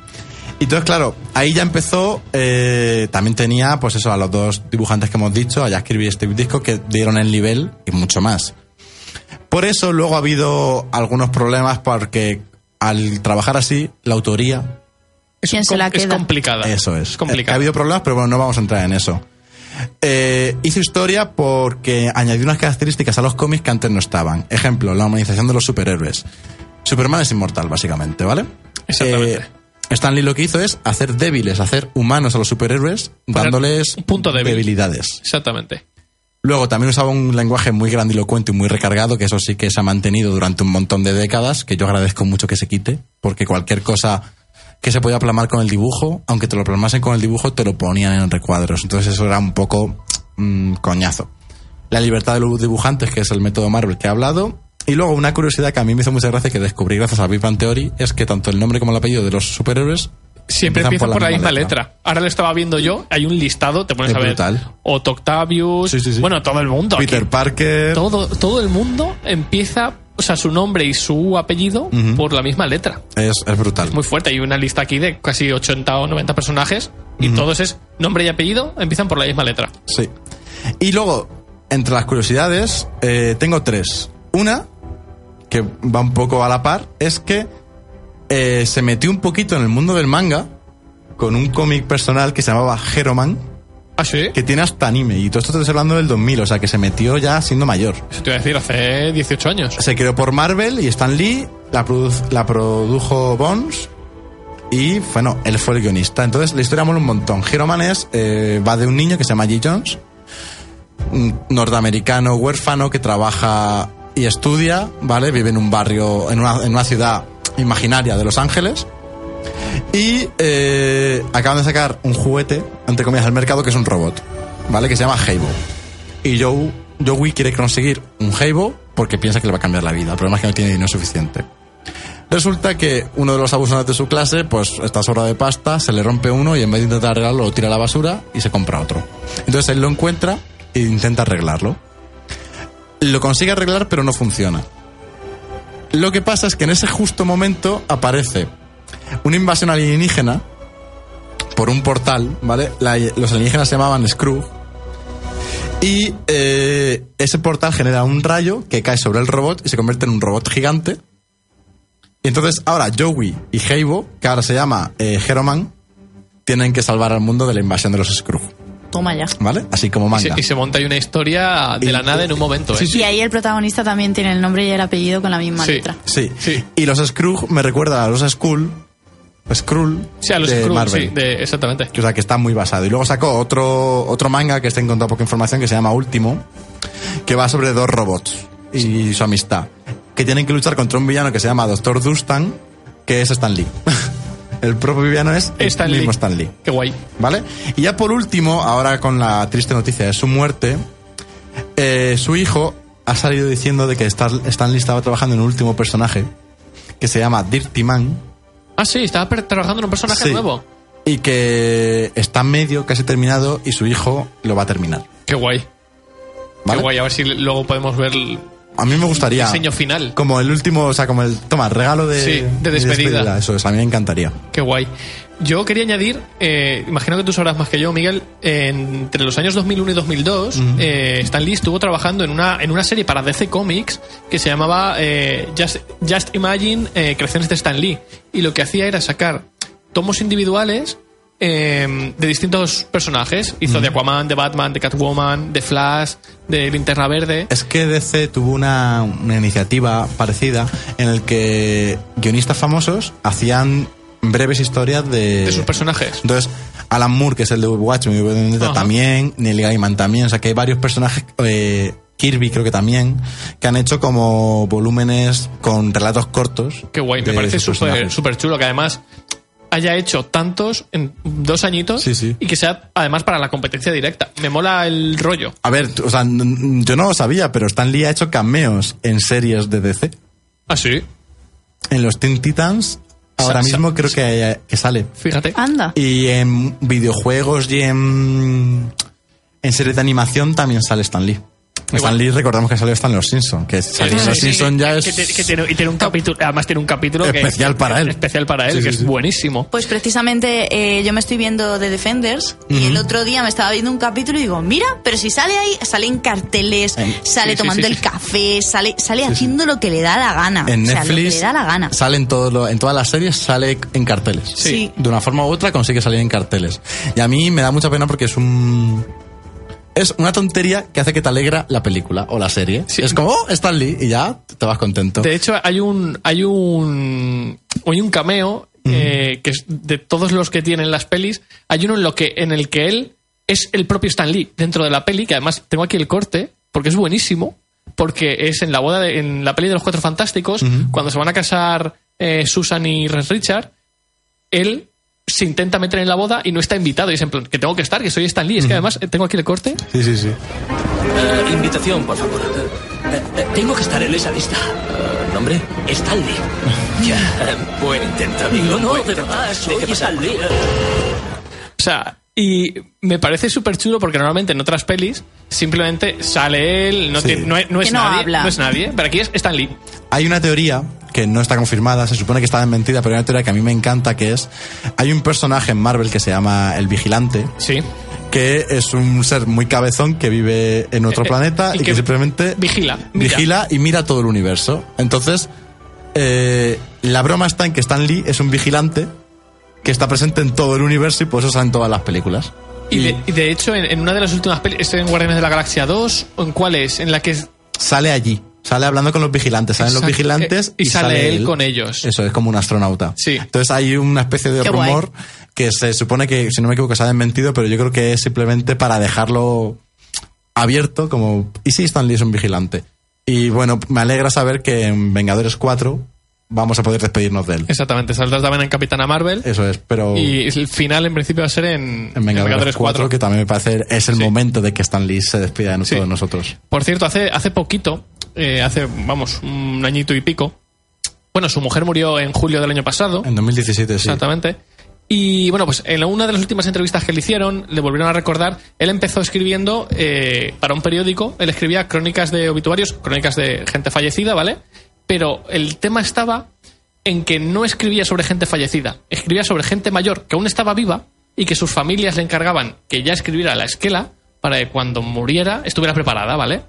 Y entonces, claro, ahí ya empezó. eh, también tenía, pues eso, a los dos dibujantes que hemos dicho, a Jack Kirby y Steve Disco, que dieron el nivel y mucho más. Por eso luego ha habido algunos problemas porque al trabajar así, la autoría. Es ¿Quién un se com- la es queda? complicada. Eso es. Es complicada. Ha habido problemas, pero bueno, no vamos a entrar en eso. Eh, hizo historia porque añadió unas características a los cómics que antes no estaban. Ejemplo, la humanización de los superhéroes. Superman es inmortal, básicamente, ¿vale? Exactamente. Eh, Stan Lee lo que hizo es hacer débiles, hacer humanos a los superhéroes, dándoles un punto débil. debilidades. Exactamente. Luego también usaba un lenguaje muy grandilocuente y muy recargado, que eso sí que se ha mantenido durante un montón de décadas, que yo agradezco mucho que se quite, porque cualquier cosa que se podía plasmar con el dibujo, aunque te lo plasmasen con el dibujo, te lo ponían en recuadros. Entonces eso era un poco mm, coñazo. La libertad de los dibujantes, que es el método Marvel que he hablado. Y luego una curiosidad que a mí me hizo mucha gracia que descubrí gracias a Big Bang Theory es que tanto el nombre como el apellido de los superhéroes Siempre empiezan empieza por, la misma letra. Ahora lo estaba viendo yo. Hay un listado, te pones Es a ver. brutal. Otto Octavius. Sí, sí, sí. Bueno, todo el mundo. aquí. Peter Parker. Todo, todo el mundo empieza, o sea, su nombre y su apellido por la misma letra. Es, es brutal. Muy fuerte. Hay una lista aquí de casi 80 o 90 personajes y todos es nombre y apellido empiezan por la misma letra. Sí. Y luego, entre las curiosidades, eh, tengo tres. Una, que va un poco a la par, es que eh, se metió un poquito en el mundo del manga con un cómic personal que se llamaba Heroman, ¿Ah, sí? que tiene hasta anime. Y todo esto te estoy hablando del 2000, o sea, que se metió ya siendo mayor. Eso te iba a decir, hace 18 años. Se creó por Marvel y Stan Lee, la, produ- la produjo Bones y, bueno, él fue el guionista. Entonces, la historia mola un montón. Heroman es, eh, va de un niño que se llama G. Jones, un norteamericano huérfano que trabaja y estudia, ¿vale? Vive en un barrio, en una, en una ciudad imaginaria de Los Ángeles. Y eh, acaban de sacar un juguete, entre comillas, al mercado, que es un robot, ¿vale? Que se llama Heibo. Y Joe, Joey quiere conseguir un Heibo porque piensa que le va a cambiar la vida. El problema es que no tiene dinero suficiente. Resulta que uno de los abusadores de su clase, pues está sobrado de pasta, se le rompe uno y en vez de intentar arreglarlo, lo tira a la basura y se compra otro. Entonces él lo encuentra e intenta arreglarlo. Lo consigue arreglar, pero no funciona. Lo que pasa es que en ese justo momento aparece una invasión alienígena por un portal, ¿vale? La- los alienígenas se llamaban Scrooge. Y eh, ese portal genera un rayo que cae sobre el robot y se convierte en un robot gigante. Y entonces ahora Joey y Heibo, que ahora se llama eh, Heroman, tienen que salvar al mundo de la invasión de los Scrooge, Toma ya. ¿vale? Así como Y se, manga. y se monta ahí una historia de la nada en un momento. ¿eh? Y ahí el protagonista también tiene el nombre y el apellido con la misma Sí. letra. Sí. Sí. Y los Scrooge me recuerda a los Skull, Skrull Sí, a los de Skrull, Marvel. sí, de- exactamente. que, o sea, que está muy basado. Y luego sacó otro, otro manga que está en contra poca información que se llama Último, que va sobre dos robots y su amistad, que tienen que luchar contra un villano que se llama Doctor Dustan, que es Stan Lee. (laughs) El propio villano es el Stan mismo Lee. Stan Lee. Qué guay. ¿Vale? Y ya por último, ahora con la triste noticia de su muerte, eh, su hijo ha salido diciendo de que Stan Stan Lee estaba trabajando en un último personaje que se llama Dirty Man. Ah, sí, estaba per- trabajando en un personaje Sí. nuevo. Y que está medio, casi terminado, y su hijo lo va a terminar. Qué guay. ¿vale? Qué guay. A ver si le- luego podemos ver el A mí me gustaría. diseño final. Como el último, o sea, como el. Toma, regalo de. Sí, de despedida. Eso es, a mí me encantaría. Qué guay. Yo quería añadir, eh, imagino que tú sabrás más que yo, Miguel, entre los años 2001 y 2002, eh, Stan Lee estuvo trabajando en una, en una serie para DC Comics que se llamaba eh, Just, Just Imagine eh, Creaciones de Stan Lee. Y lo que hacía era sacar tomos individuales eh, de distintos personajes. Hizo de Aquaman, de Batman, de Catwoman, de Flash, de Linterna Verde. Es que DC tuvo una, una iniciativa parecida en el que guionistas famosos hacían breves historias de. De sus personajes. Entonces, Alan Moore, que es el de Watchmen, y V de Vendetta Ajá. también, Neil Gaiman también, o sea que hay varios personajes, eh, Kirby creo que también, que han hecho como volúmenes con relatos cortos. Qué guay, me de parece sus súper personajes. súper chulo que además haya hecho tantos en dos añitos Sí, sí. y que sea además para la competencia directa. Me mola el rollo. A ver, o sea, n- n- yo no lo sabía, pero Stan Lee ha hecho cameos en series de DC. Ah, sí. En los Teen Titans, ahora Sa- sa- mismo creo que, que sale. Fíjate. Anda. Y en videojuegos y en, en series de animación también sale Stan Lee. Stan guay. Lee, recordamos que salió Stan en Los Simpsons, que salió en Sí, Los sí, Simpsons sí, ya que- es... que te- que tiene, y tiene un capítulo, además tiene un capítulo que- Especial para él. Especial para él, Sí, que sí, es sí. buenísimo. Pues precisamente eh, yo me estoy viendo The Defenders y el otro día me estaba viendo un capítulo y digo, mira, pero si sale ahí, sale en carteles, En- sale Sí, sí, tomando sí, el sí. café, sale, sale haciendo lo que le da la gana. En o sea, lo que Netflix le da la gana. salen todos los- en todas las series sale en carteles. Sí. De una forma u otra consigue salir en carteles. Y a mí me da mucha pena porque es un es una tontería que hace que te alegra la película o la serie. Sí. Es como oh, Stan Lee y ya te vas contento. De hecho, hay un hay un hay un cameo eh, que es de todos los que tienen las pelis, hay uno en lo que en el que él es el propio Stan Lee dentro de la peli, que además tengo aquí el corte porque es buenísimo, porque es en la boda de- en la peli de los Cuatro Fantásticos cuando se van a casar eh, Susan y Richard, él se intenta meter en la boda y no está invitado y es en plan que tengo que estar, que soy Stan Lee, es que además eh, tengo aquí el corte. Sí, sí, sí. Eh, invitación, por favor. Eh, eh, tengo que estar en esa lista. ¿Nombre? Stanley. Ya, buen intento, amigo. No, no, de verdad, soy Stanley. O sea, y me parece súper chulo porque normalmente en otras pelis simplemente sale él, no, Sí. tiene- no es- no es Que no nadie, habla. no es nadie, pero aquí es Stan Lee. Hay una teoría que no está confirmada, se supone que está mentida, pero hay una teoría que a mí me encanta que es hay un personaje en Marvel que se llama el Vigilante. Sí. que es un ser muy cabezón que vive en otro Eh, eh, planeta y y que, que simplemente vigila, mira. vigila y mira todo el universo. Entonces, eh, la broma está en que Stan Lee es un vigilante que está presente en todo el universo y por eso salen todas las películas. Y de, y de hecho, en, en una de las últimas pelis, ¿es en Guardianes de la Galaxia 2? ¿O en cuál es? En la que es- Sale allí, sale hablando con los vigilantes, salen los Exacto, vigilantes eh, y sale él con ellos. Eso es como un astronauta. Sí. Entonces hay una especie de Qué guay. rumor que se supone que, si no me equivoco, se ha desmentido, pero yo creo que es simplemente para dejarlo abierto, como. Y sí, Stan Lee es un vigilante. Y bueno, me alegra saber que en Vengadores 4 vamos a poder despedirnos de él. Exactamente, saldrá también en Capitana Marvel. Eso es, pero. Y el final, en principio, va a ser en, Eh, oh. En Vengadores, 4, que también me parece es el Sí. momento de que Stan Lee se despida de Sí. todos nosotros. Por cierto, hace, hace poquito, eh, hace, vamos, un añito y pico, bueno, su mujer murió en julio del año pasado. En 2017, sí. Exactamente. Y bueno, pues en una de las últimas entrevistas que le hicieron, le volvieron a recordar, él empezó escribiendo eh, para un periódico, él escribía crónicas de obituarios, crónicas de gente fallecida, ¿vale? Pero el tema estaba en que no escribía sobre gente fallecida, escribía sobre gente mayor que aún estaba viva y que sus familias le encargaban que ya escribiera la esquela para que cuando muriera estuviera preparada, ¿vale?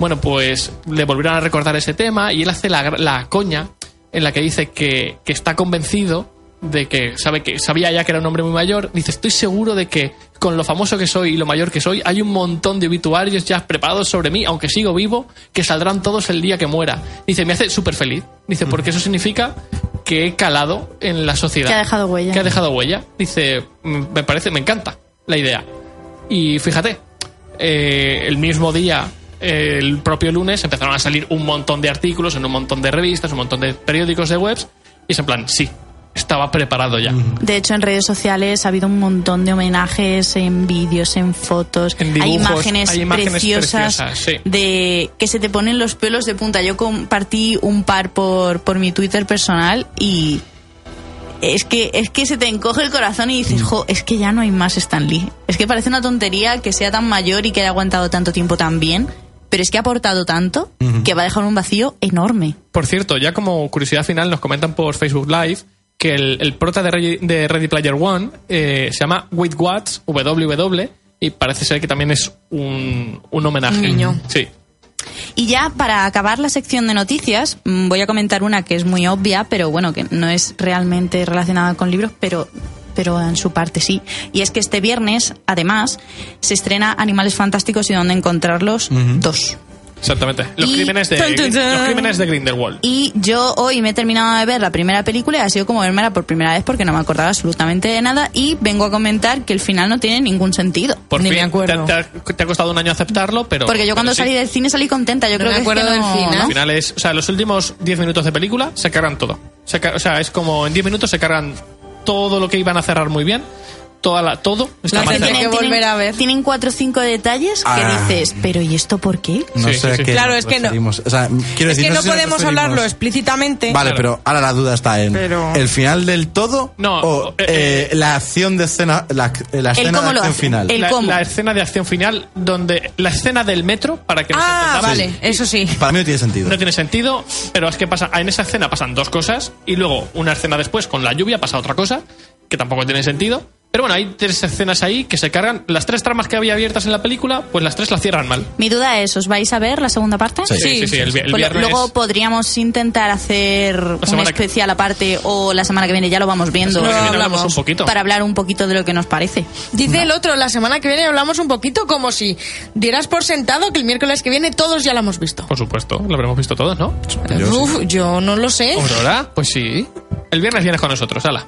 Bueno, pues le volvieron a recordar ese tema y él hace la, la coña en la que dice que, que está convencido de que sabe que sabía ya que era un hombre muy mayor, dice, estoy seguro de que con lo famoso que soy y lo mayor que soy, hay un montón de obituarios ya preparados sobre mí, aunque sigo vivo, que saldrán todos el día que muera. Dice, me hace súper feliz. Dice, porque eso significa que he calado en la sociedad. Que ha dejado huella. Que ha dejado huella. Dice, "Mm, me parece, me encanta la idea. Y fíjate, eh, el mismo día, eh, el propio lunes, empezaron a salir un montón de artículos en un montón de revistas, un montón de periódicos de webs, y es en plan, sí, estaba preparado ya. De hecho, en redes sociales ha habido un montón de homenajes en vídeos, en fotos. En hay, dibujos, imágenes hay imágenes preciosas, preciosas, sí. de que se te ponen los pelos de punta. Yo compartí un par por, por mi Twitter personal y es que, es que se te encoge el corazón y Mm. dices, jo, es que ya no hay más Stan Lee. Es que parece una tontería que sea tan mayor y que haya aguantado tanto tiempo tan bien, pero es que ha aportado tanto que va a dejar un vacío enorme. Por cierto, ya como curiosidad final, nos comentan por Facebook Live que el, el prota de, Re- de Ready Player One eh, se llama Wade Watts, WW, y parece ser que también es un, un homenaje. Un guiño. Sí. Y ya para acabar la sección de noticias, mm, voy a comentar una que es muy obvia, pero bueno, que no es realmente relacionada con libros, pero pero en su parte sí. Y es que este viernes, además, se estrena Animales Fantásticos y dónde encontrarlos dos. Exactamente. Los, Y- crímenes de, ¡Tan, tan, tan! los crímenes de Grindelwald. Y yo hoy me he terminado de ver la primera película y ha sido como vermela por primera vez porque no me acordaba absolutamente de nada y vengo a comentar que el final no tiene ningún sentido. Por Ni fin, me acuerdo. Te, te ha, te ha costado un año aceptarlo, pero. Porque yo cuando pero sí. salí del cine salí contenta, yo No creo me que es acuerdo que del no- final. ¿no? Al final es. O sea, los últimos 10 minutos de película se cargan todo. Se ca- o sea, es como en 10 minutos se cargan todo lo que iban a cerrar muy bien. Toda la, todo está La mal gente cerrado. que volver a ver. tienen cuatro o cinco detalles que Ah. dices, pero ¿y esto por qué? No sé Sí, sí, sí. a qué Claro, nos es que no. referimos. O sea, quiero es decir, que no sé no si nos podemos referimos- hablarlo explícitamente. Vale, Claro. pero ahora la duda está en Pero- el final del todo No, o eh, eh, la acción de escena, la, la El escena cómo de lo acción hace, final. el la, cómo. la escena de acción final, donde la escena del metro, para que nos Ah, entendamos, vale, eso sí. Para mí no tiene sentido. no tiene sentido, pero es que pasa, en esa escena pasan dos cosas y luego una escena después con la lluvia pasa otra cosa que tampoco tiene sentido. Pero bueno, hay tres escenas ahí que se cargan. Las tres tramas que había abiertas en la película, pues las tres las cierran mal. Mi duda es, ¿os vais a ver la segunda parte? Sí. Sí, sí, sí, el, vi- el Pues lo- viernes. Luego podríamos intentar hacer un semana que- especial aparte o la semana que viene ya lo vamos viendo. semana que viene hablamos un poquito. Para hablar un poquito de lo que nos parece. Dice el otro, la semana que viene hablamos un poquito como si dieras por sentado que el miércoles que viene todos ya lo hemos visto. Por supuesto, lo habremos visto todos, ¿no? Yo sí. Uf, yo no lo sé. Aurora, pues sí. El viernes vienes con nosotros, ala.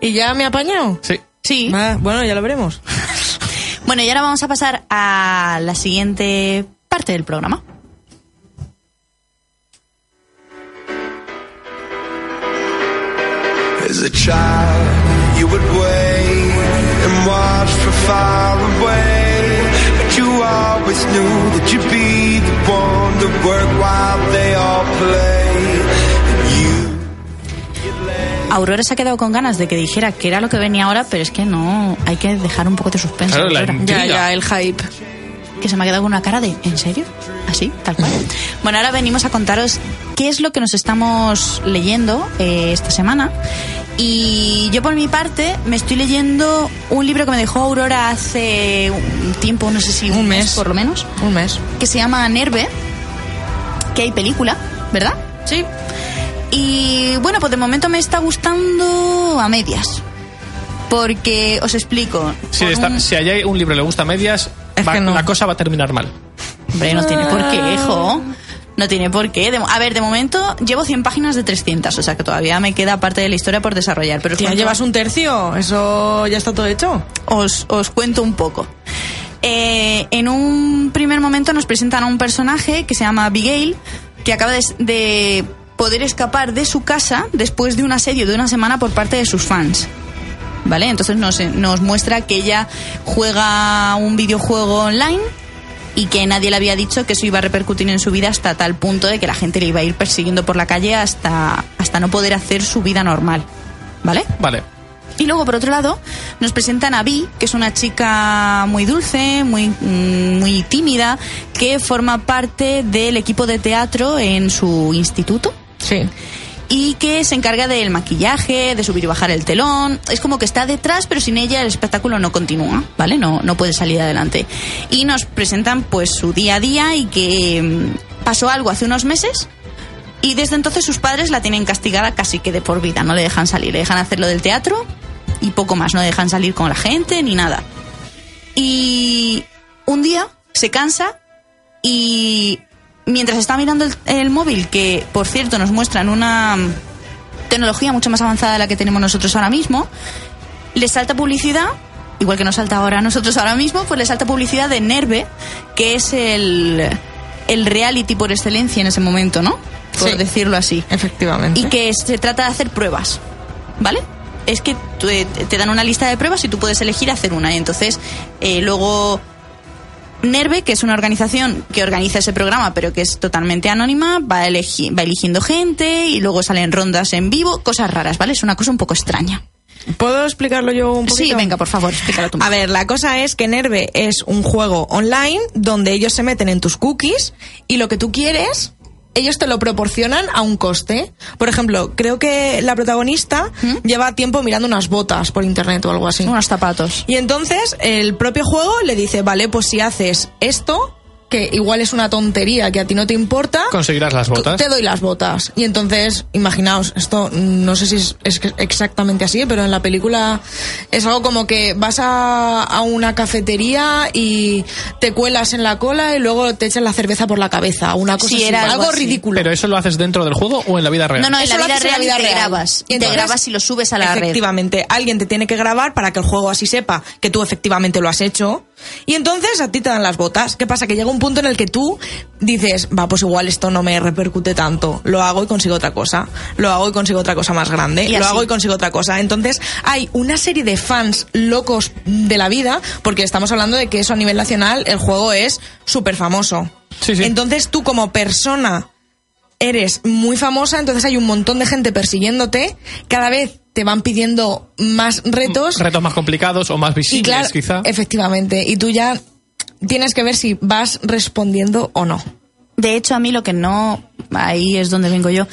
¿Y ya me he apañado? Sí. Sí. Ah, bueno, ya lo veremos. Bueno, y ahora vamos a pasar a la siguiente parte del programa. As a child, you would wait and watch from far away. But you always knew that you'd be the one to work while they all play. You Aurora se ha quedado con ganas de que dijera que era lo que venía ahora, pero es que no, hay que dejar un poco de suspense. Claro, la Aurora. intriga. Ya, ya, el hype. que se me ha quedado con una cara de ¿en serio? Así, tal cual. Bueno, ahora venimos a contaros qué es lo que nos estamos leyendo eh, esta semana. Y yo por mi parte me estoy leyendo un libro que me dejó Aurora hace un tiempo, no sé si un, Un mes. mes. por lo menos, Un mes. que se llama Nerve, que hay película, ¿verdad? Sí. Y bueno, pues de momento me está gustando a medias. Porque os explico. Si, por está- un- si allá hay un libro que le gusta a medias, Es va- que no. la cosa va a terminar mal. Hombre, no tiene por qué, jo. No tiene por qué. De mo- a ver, de momento llevo 100 páginas de 300, o sea que todavía me queda parte de la historia por desarrollar. Pero os Tía, cuento- llevas un tercio. Eso ya está todo hecho. os, os cuento un poco. Eh, en un primer momento nos presentan a un personaje que se llama Abigail, que acaba de, s- de poder escapar de su casa después de un asedio de una semana por parte de sus fans. ¿Vale? Entonces nos, nos muestra que ella juega un videojuego online y que nadie le había dicho que eso iba a repercutir en su vida hasta tal punto de que la gente le iba a ir persiguiendo por la calle hasta, hasta no poder hacer su vida normal. ¿Vale? Vale. Y luego, por otro lado, nos presentan a Vi, que es una chica muy dulce, muy, mm, muy tímida, que forma parte del equipo de teatro en su instituto Sí. y que se encarga del maquillaje, de subir y bajar el telón. Es como que está detrás, pero sin ella el espectáculo no continúa, ¿vale? No, no puede salir adelante. Y nos presentan pues su día a día y que mm, pasó algo hace unos meses y desde entonces sus padres la tienen castigada casi que de por vida, no le dejan salir, le dejan hacer lo del teatro y poco más, no dejan salir con la gente ni nada. Y un día se cansa y mientras está mirando el, el móvil, que por cierto nos muestran una mm, tecnología mucho más avanzada de la que tenemos nosotros ahora mismo, le salta publicidad, igual que nos salta ahora a nosotros ahora mismo, pues le salta publicidad de Nerve, que es el, el reality por excelencia en ese momento, ¿no? Por Sí. decirlo así. Efectivamente. Y que se trata de hacer pruebas, ¿vale? Es que tú, eh, te dan una lista de pruebas y tú puedes elegir hacer una. Y entonces, eh, luego Nerve, que es una organización que organiza ese programa, pero que es totalmente anónima, va, elegi- va eligiendo gente y luego salen rondas en vivo, cosas raras, ¿vale? Es una cosa un poco extraña. ¿Puedo explicarlo yo un poquito? Sí, venga, por favor, explícalo tú. A ver, la cosa es que Nerve es un juego online donde ellos se meten en tus cookies y lo que tú quieres, ellos te lo proporcionan a un coste. Por ejemplo, creo que la protagonista ¿Mm? lleva tiempo mirando unas botas por internet o algo así. unos zapatos. Y entonces el propio juego le dice, vale, pues si haces esto, Que igual es una tontería que a ti no te importa. Ah, Conseguirás las co- botas. Te doy las botas. Y entonces, imaginaos, esto mm, no sé si es, es que- exactamente así, pero en la película es algo como que vas a, a una cafetería y te cuelas en la cola y luego te echan la cerveza por la cabeza. Una cosa Sí, así, era algo algo, así. ridículo. ¿Pero eso lo haces dentro del juego o en la vida real? No, no, en Eso la lo vida haces en la real vida te real. grabas. Y te Entonces, grabas y lo subes a la red. efectivamente, alguien te tiene que grabar para que el juego así sepa que tú efectivamente lo has hecho. Y entonces a ti te dan las botas. ¿Qué pasa? Que llega un punto en el que tú dices, va, pues igual esto no me repercute tanto. Lo hago y consigo otra cosa. Lo hago y consigo otra cosa más grande. Y lo así. hago y consigo otra cosa. Entonces hay una serie de fans locos de la vida, porque estamos hablando de que eso a nivel nacional el juego es súper famoso. Sí, sí. Entonces tú como persona eres muy famosa, entonces hay un montón de gente persiguiéndote. Cada vez te van pidiendo más retos. Retos más complicados o más y visibles, claro, Mm, quizá. eh, efectivamente. Y tú ya tienes que ver si vas respondiendo o no. De hecho, a mí lo que no. Ahí es donde vengo yo.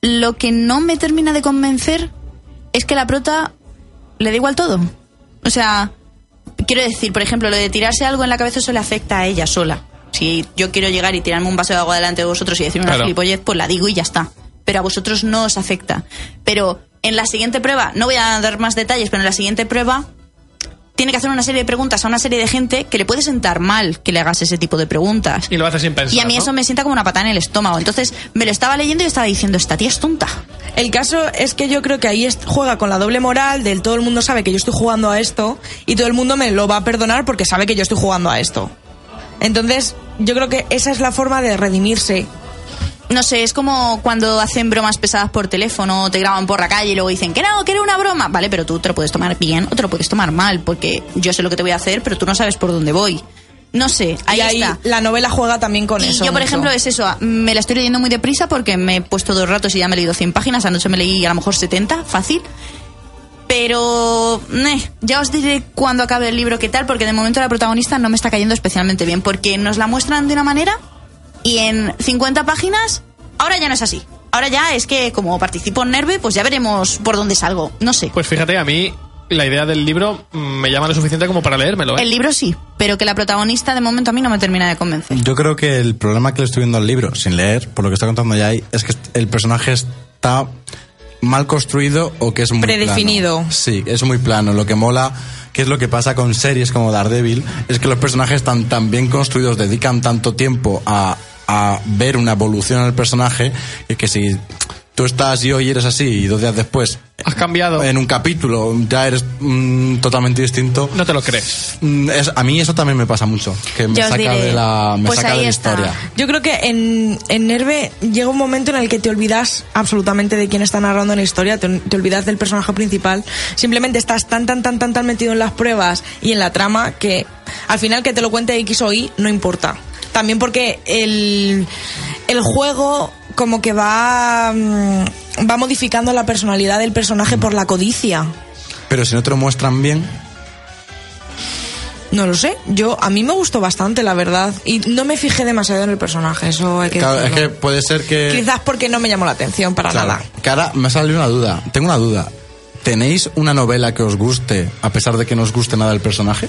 Lo que no me termina de convencer es que la prota le da igual todo. O sea, quiero decir, por ejemplo, lo de tirarse algo en la cabeza eso le afecta a ella sola. Si yo quiero llegar y tirarme un vaso de agua delante de vosotros y decirme una Claro. gilipollez, pues la digo y ya está. Pero a vosotros no os afecta. Pero en la siguiente prueba, no voy a dar más detalles, pero en la siguiente prueba tiene que hacer una serie de preguntas a una serie de gente que le puede sentar mal que le hagas ese tipo de preguntas. Y lo haces sin pensar. Y a mí ¿no? eso me sienta como una patada en el estómago. Entonces me lo estaba leyendo y estaba diciendo, esta tía es tonta. El caso es que yo creo que ahí es- juega con la doble moral del todo el mundo sabe que yo estoy jugando a esto y todo el mundo me lo va a perdonar porque sabe que yo estoy jugando a esto. Entonces, yo creo que esa es la forma de redimirse. No sé, es como cuando hacen bromas pesadas por teléfono, o te graban por la calle y luego dicen que no, que era una broma. Vale, pero tú te lo puedes tomar bien o te lo puedes tomar mal, porque yo sé lo que te voy a hacer, pero tú no sabes por dónde voy. No sé, ahí, y ahí está. la novela juega también con Y eso. yo, por mucho. ejemplo, es eso, ah, me la estoy leyendo muy deprisa porque me he puesto dos ratos y ya me he leído 100 páginas, anoche me leí a lo mejor 70, fácil. Pero, eh, ya os diré cuando acabe el libro qué tal, porque de momento la protagonista no me está cayendo especialmente bien, porque nos la muestran de una manera y en 50 páginas ahora ya no es así. Ahora ya es que como participo en Nerve, pues ya veremos por dónde salgo. No sé. Pues fíjate, a mí la idea del libro mm, me llama lo suficiente como para leérmelo. ¿eh? El libro sí, pero que la protagonista de momento a mí no me termina de convencer. Yo creo que el problema que le estoy viendo al libro, sin leer, por lo que está contando ya ahí, es que el personaje está mal construido o que es muy Predefinido. plano. Sí, es muy plano. Lo que mola, que es lo que pasa con series como Daredevil, es que los personajes están tan bien construidos, dedican tanto tiempo a, a ver una evolución al personaje, y que si tú estás y hoy eres así y dos días después... Has cambiado. En un capítulo ya eres mm, totalmente distinto. No te lo crees. Mm, es- a mí eso también me pasa mucho, que me Ya os saca diré. de la, me Pues saca de ahí la está. historia. Yo creo que en, en Nerve llega un momento en el que te olvidas absolutamente de quién está narrando la historia, te, te olvidas del personaje principal, simplemente estás tan, tan, tan, tan, tan metido en las pruebas y en la trama que al final que te lo cuente X o Y no importa. También porque el, el juego como que va, mm, va modificando la personalidad del personaje por la codicia. Pero si no te lo muestran bien, No lo sé. Yo a mí me gustó bastante, la verdad, y no me fijé demasiado en el personaje. Eso hay que. Claro, es que decirlo. puede ser que... Quizás porque no me llamó la atención para Claro. nada. Que ahora me ha salido una duda. Tengo una duda. ¿Tenéis una novela que os guste, a pesar de que no os guste nada el personaje?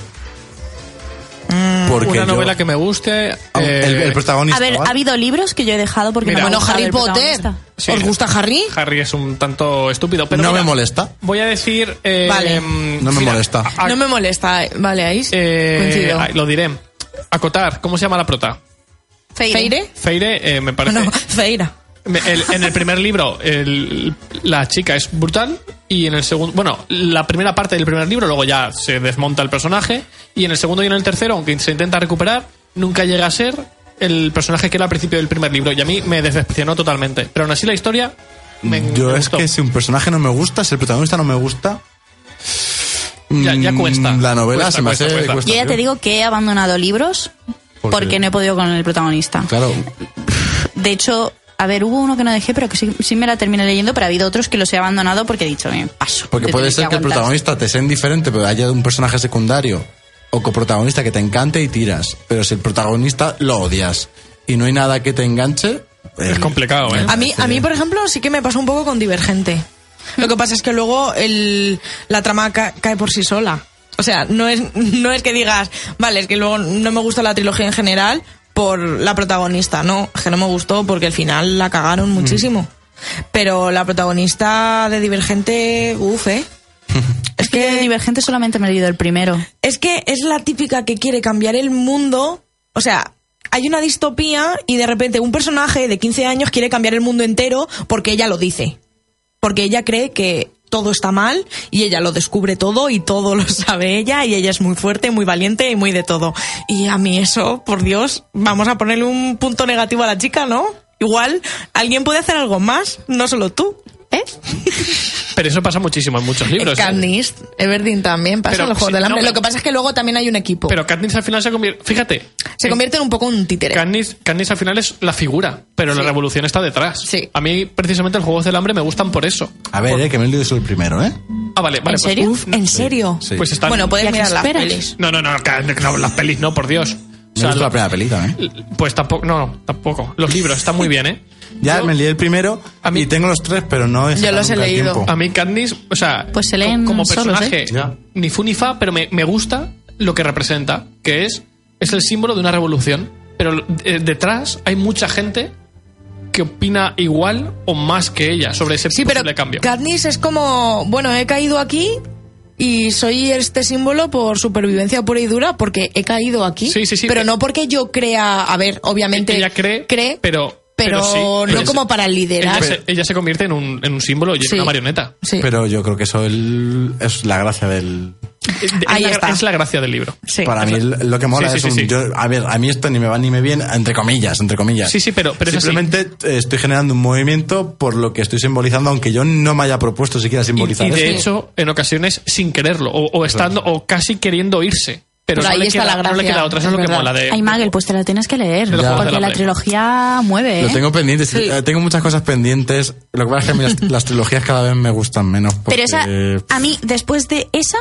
Porque Una yo- novela que me guste. Ah, eh, el, el protagonista. Mm, A ver, ¿vale? ha habido libros que yo he dejado porque Mira, no me Bueno, ha gustado Harry el Potter. protagonista. Sí. ¿Os gusta Harry? Harry es un tanto estúpido, pero. no mira, me molesta. Voy a decir. eh, Vale. mm, No me mira, molesta. a- No me molesta, vale, ahí eh, coincido. ay, Lo diré. Acotar, ¿cómo se llama la prota? ¿Feire? Feire, eh, me parece. No, Feira. Me- el- en el primer libro, el- la chica es brutal. Y en el segundo, bueno, la primera parte del primer libro, luego ya se desmonta el personaje. Y en el segundo y en el tercero, aunque se intenta recuperar, nunca llega a ser el personaje que era al principio del primer libro. Y a mí me decepcionó totalmente. Pero aún así la historia me, me Yo es gustó. que si un personaje no me gusta, si el protagonista no me gusta. Ya- ya mm, cuesta. La novela Cuesta, se me cuesta, hace. cuesta. Yo ya te digo que he abandonado libros ¿Por porque qué? no he podido con el protagonista. Claro, De hecho, a ver, hubo uno que no dejé, pero que sí, sí me la terminé leyendo, pero ha habido otros que los he abandonado porque he dicho, bien, paso. porque de puede tener ser que el aguantar. protagonista te sea indiferente, pero haya un personaje secundario o coprotagonista que te encante y tiras. Pero si el protagonista lo odias y no hay nada que te enganche. Es eh, complicado, ¿eh? A mí, a mí, por ejemplo, sí que me pasó un poco con Divergente. Lo que pasa es que luego el, la trama ca- cae por sí sola. O sea, no es, (laughs) no es que digas, vale, es que luego no me gusta la trilogía en general por la protagonista. No, es que no me gustó porque al final la cagaron muchísimo. Pero la protagonista de Divergente, uff, ¿eh? Es que de Divergente solamente me he leído el primero. Es que es la típica que quiere cambiar el mundo. O sea, hay una distopía y de repente un personaje de 15 años quiere cambiar el mundo entero porque ella lo dice. Porque ella cree que todo está mal y ella lo descubre todo y todo lo sabe ella y ella es muy fuerte, muy valiente y muy de todo. Y a mí eso, por Dios, vamos a ponerle un punto negativo a la chica, ¿no? Igual alguien puede hacer algo más, no solo tú. ¿Eh? Pero eso pasa muchísimo en muchos libros. ¿eh? Katniss, Everdeen también pasa Pero, en los Juegos sí, del no, Hambre. pero- Lo que pasa es que luego también hay un equipo. Pero Katniss al final se convierte. Fíjate. se convierte en un poco un títere. Katniss, Katniss al final es la figura, pero la revolución está detrás. Sí. A mí, precisamente, los Juegos del Hambre me gustan por eso. A ver, eh, que me he leído solo el primero, ¿eh? Ah, vale, vale. ¿En pues- serio? Uf, ¿En serio? Sí. Pues están. Bueno, ¿Y puedes a qué mirar las esperas? pelis. No, no, no, ca- no, las pelis no, por Dios. O Me he sea, visto la lo- primera película, ¿eh? pues tampoco, no, tampoco. Los libros están muy bien, ¿eh? Ya Yo- me leí el primero A mí- y tengo los tres, pero no he sacado los he nunca el leído. tiempo. A mí Katniss, o sea, Pues se co- leen como solos, personaje, ¿eh? Ya. ni fu ni fa, pero me, me gusta lo que representa, que es, es el símbolo de una revolución. Pero eh, detrás hay mucha gente que opina igual o más que ella sobre ese Sí, posible pero Pues cambio. Katniss es como, bueno, he caído aquí y soy este símbolo por supervivencia pura y dura porque he caído aquí. Sí, sí, sí. Pero no porque yo crea, a ver, obviamente ella cree, pero- pero pero, sí, no pero- como para ella, liderar. se, ella se convierte en un, en un símbolo y en Sí. una marioneta. Sí. Pero yo creo que eso el- es la gracia del... Es- es Ahí la- está. Es la gracia del libro. Sí. Para mí lo que mola Sí, sí, es sí, un... sí. yo- a ver, a mí esto ni me va ni me viene, entre comillas, entre comillas. Sí, sí, pero- pero es así. Simplemente eh, estoy generando un movimiento por lo que estoy simbolizando, aunque yo no me haya propuesto siquiera Y, simbolizar y de esto. hecho, en ocasiones sin quererlo, o, o estando, o casi queriendo irse. Pero Pero, no, ahí le está queda, la no le gracia, queda otra, eso es es lo que verdad. mola de. Ay, Magel, pues te la tienes que leer. De los Juegos del Porque la Hambre. trilogía mueve. Lo ¿eh? tengo pendientes, Sí. eh, tengo muchas cosas pendientes. Lo que pasa es que a mí (laughs) las, las trilogías cada vez me gustan menos. Pero porque- esa, a mí, después de esa,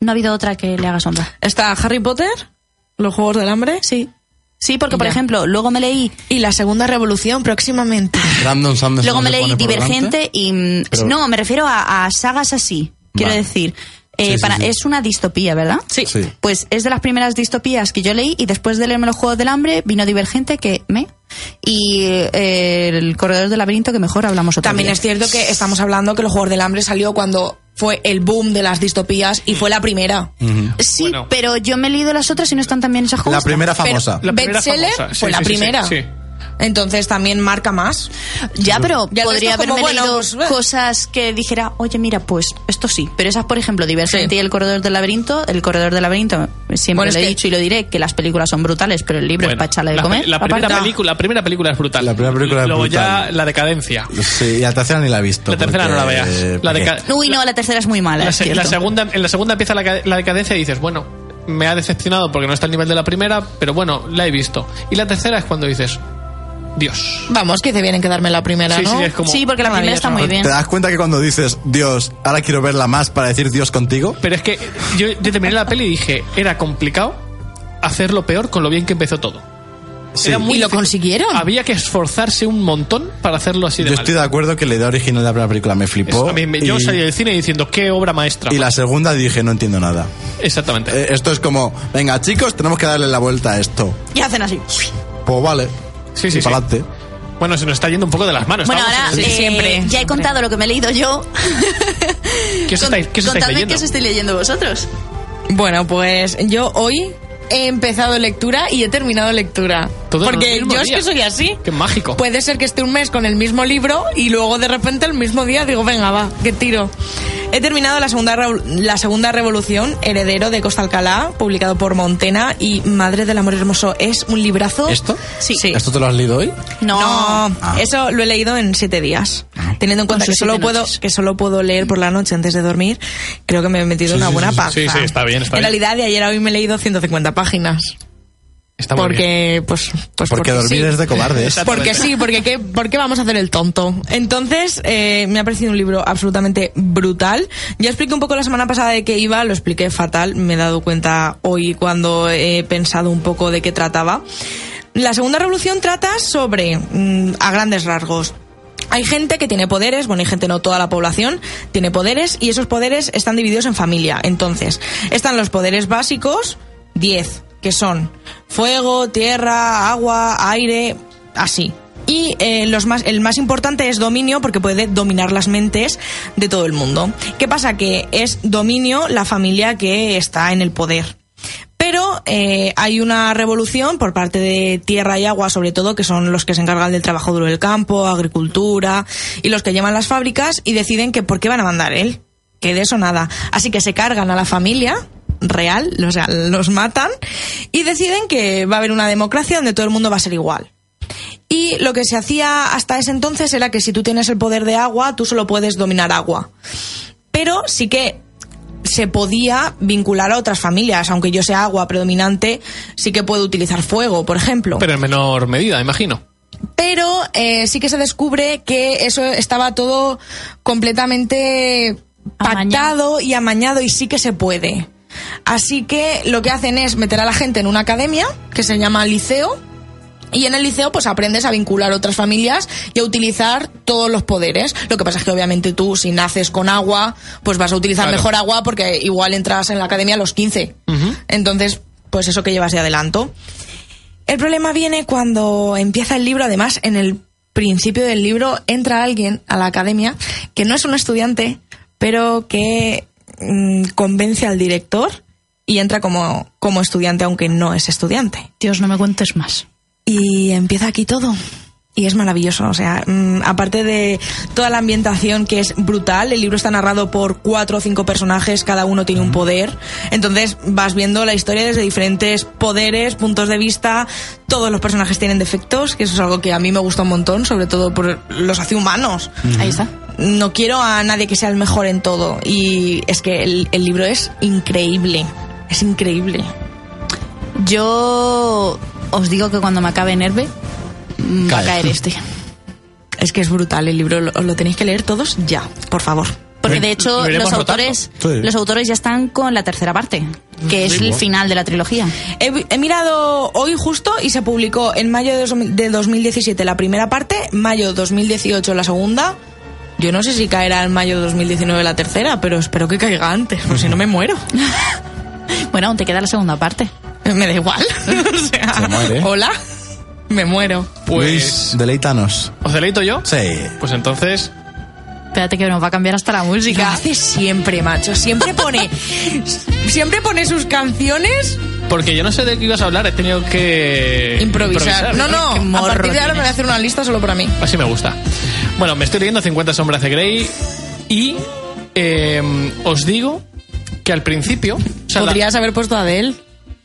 no ha habido otra que le haga sombra. Está Harry Potter, los Juegos del Hambre. Sí. Sí, porque, por Ya. ejemplo, luego me leí Y la segunda revolución próximamente. Brandon Sanderson Luego me se leí pone por delante. Divergente y... mm, Pero- No, me refiero a, a sagas así, quiero Vale. decir. Eh, Sí, sí, para, sí. Es una distopía, ¿verdad? Sí. Pues es de las primeras distopías que yo leí y después de leerme los Juegos del Hambre vino Divergente que me... Y eh, el Corredor del Laberinto que mejor hablamos otro También día. es cierto que estamos hablando que los Juegos del Hambre salió cuando fue el boom de las distopías y fue la primera. Sí, Bueno. pero yo me he leído las otras y no están tan bien esas La juntas. primera famosa. La primera Bestseller famosa. Sí, fue la sí, sí, sí, primera. sí. Entonces también marca más. Ya, pero Ya el podría resto es haberme como, bueno, leído pues, eh. cosas que dijera, oye, mira, pues esto sí. Pero esas, por ejemplo, Divergente y El Corredor del Laberinto. El Corredor del Laberinto, siempre Bueno, es lo he que- dicho y lo diré, que las películas son brutales, pero el libro es Bueno, para echarle de la, comer. La primera, Aparta. película, la primera película es brutal. La primera película es Luego ya brutal. la decadencia. Sí, y la tercera ni la he visto. La tercera porque, no la veas. eh, La ¿para qué? deca- Uy, no, la tercera es muy mala. la es se- cierto. la segunda, en la segunda empieza la, ca- la decadencia y dices, bueno, me ha decepcionado porque no está al nivel de la primera, pero bueno, la he visto. Y la tercera es cuando dices, Dios. Vamos, que te vienen que darme la primera, Sí, ¿no? sí, es como- Sí, porque la primera está muy bien. ¿Te das cuenta que cuando dices Dios, ahora quiero verla más para decir Dios contigo? Pero es que yo, yo terminé la peli y dije, era complicado hacerlo peor con lo bien que empezó todo. Era muy Y lo difícil. consiguieron. Ah, Había que esforzarse un montón para hacerlo así de Yo mal. estoy de acuerdo que la idea original de la película me flipó. Eso, a mí me- yo salí del cine diciendo, qué obra maestra. y la segunda dije, no entiendo nada. Exactamente. Eh, Esto es como, venga chicos, tenemos que darle la vuelta a esto. Y hacen así. Pues vale. Sí, sí, Y sí. pa'lante. Bueno, se nos está yendo un poco de las manos. Bueno, Estamos ahora en- eh, Siempre, ya he siempre. contado lo que me he leído yo. eh, ¿Qué os estáis, qué os estáis Contadme leyendo? qué os estáis leyendo vosotros. Bueno, pues yo hoy he empezado lectura y he terminado lectura. Todo en el Porque mismo yo es día. que soy así. Pues, Qué mágico. Puede ser que esté un mes con el mismo libro y luego de repente el mismo día digo, venga, va, que tiro. He terminado la segunda, revol- la segunda revolución, Heredero de Costa Alcalá, publicado por Montena y Madre del Amor Hermoso. Es un librazo. ¿Esto? Sí. Sí. ¿Esto te lo has leído hoy? No. No, Ah. eso lo he leído en siete días. Teniendo en Con cuenta que sus solo, siete puedo, noches. que solo puedo leer por la noche antes de dormir, creo que me he metido una buena paja. sí, sí, está bien, está bien. en realidad, de ayer a hoy me he leído 150 páginas. Está muy bien. Porque, pues, pues Porque dormir sí. es de (laughs) cobardes. Exacto. Porque sí, porque ¿qué, ¿por qué vamos a hacer el tonto? Entonces, eh, me ha parecido un libro absolutamente brutal. Ya expliqué un poco la semana pasada de qué iba, lo expliqué fatal, me he dado cuenta hoy cuando he pensado un poco de qué trataba. La segunda revolución trata sobre, mm, a grandes rasgos, hay gente que tiene poderes, bueno, hay gente no, toda la población tiene poderes y esos poderes están divididos en familia. Entonces, están los poderes básicos, 10, que son fuego, tierra, agua, aire, así. Y eh, los más, el más importante es dominio porque puede dominar las mentes de todo el mundo. ¿Qué pasa? Que es dominio la familia que está en el poder. Pero eh, hay una revolución por parte de tierra y agua, sobre todo, que son los que se encargan del trabajo duro del campo, agricultura y los que llevan las fábricas y deciden que por qué van a mandar él, que de eso nada. Así que se cargan a la familia real, o sea, los matan y deciden que va a haber una democracia donde todo el mundo va a ser igual. Y lo que se hacía hasta ese entonces era que si tú tienes el poder de agua, tú solo puedes dominar agua. Pero sí que se podía vincular a otras familias. Aunque yo sea agua predominante, sí que puedo utilizar fuego, por ejemplo. Pero en menor medida, imagino. Pero eh, sí que se descubre que eso estaba todo completamente Amañado. pactado y amañado y sí que se puede. Así que lo que hacen es meter a la gente en una academia que se llama liceo y en el liceo pues aprendes a vincular otras familias y a utilizar todos los poderes. Lo que pasa es que obviamente tú si naces con agua pues vas a utilizar Claro. mejor agua porque igual entras en la academia a los 15. Entonces pues eso que llevas de adelanto. El problema viene cuando empieza el libro, además, en el principio del libro entra alguien a la academia que no es un estudiante, pero que mm, convence al director y entra como, como estudiante, aunque no es estudiante. Dios, no me cuentes más. Y empieza aquí todo. Y es maravilloso, o sea, mm, aparte de toda la ambientación que es brutal, el libro está narrado por cuatro o cinco personajes, cada uno tiene un poder, entonces vas viendo la historia desde diferentes poderes, puntos de vista, todos los personajes tienen defectos, que eso es algo que a mí me gusta un montón, sobre todo por los hace humanos. Ahí está. No quiero a nadie que sea el mejor en todo, y es que el, el libro es increíble, es increíble. Yo os digo que cuando me acabe Nerve, mm, va a Cae. caer este. Es que es brutal el libro, lo- os lo tenéis que leer todos ya, por favor. Porque Lo- de lo hecho iremos los autores, rotando. Sí. los autores ya están con la tercera parte, que es el final de la trilogía. He, he mirado hoy justo y se publicó en mayo de, dos- de 2017 la primera parte, mayo 2018 la segunda. Yo no sé si caerá en mayo de 2019 la tercera, pero espero que caiga antes, porque si no me muero. (laughs) Bueno, aún te queda la segunda parte. Me da igual. (laughs) O sea, Se muere. Hola. Me muero. Pues. Luis, deleítanos. ¿Os deleito yo? Sí. Pues entonces. Espérate que nos va a cambiar hasta la Lo música. hace siempre, macho. Siempre pone. siempre pone sus canciones. Porque yo no sé de qué ibas a hablar, he tenido Eh, que. improvisar. No, Qué no, a morro partir de ahora me voy a tienes. hacer una lista solo para mí. Así me gusta. Bueno, me estoy leyendo 50 sombras de Grey y eh, os digo que al principio... o sea, la- Podrías haber puesto a Adele.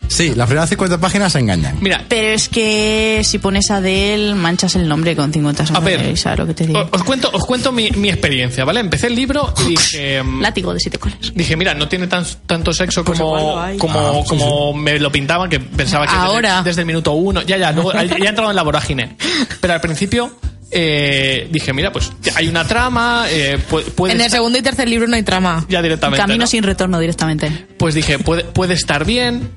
Sí, las primeras 50 páginas engañan. Mira, Pero es que si pones a Adele, manchas el nombre con 50 a sombras de ver, Oh, Grey, ¿sabes lo que te digo? o- os cuento, os cuento mi, mi experiencia, ¿vale? Empecé el libro y dije... em, Látigo de siete colas. Dije, mira, no tiene tan- tanto sexo como, como, como me lo pintaban, que pensaba que Ahora. Desde, desde el minuto uno. Ya, ya, luego, ya he entrado en la vorágine. Pero al principio eh, dije, mira, pues hay una trama, eh, puede, puede Pues En el estar- segundo y tercer libro no hay trama. ya directamente. Camino ¿no? sin retorno directamente. Pues dije, puede, puede estar bien.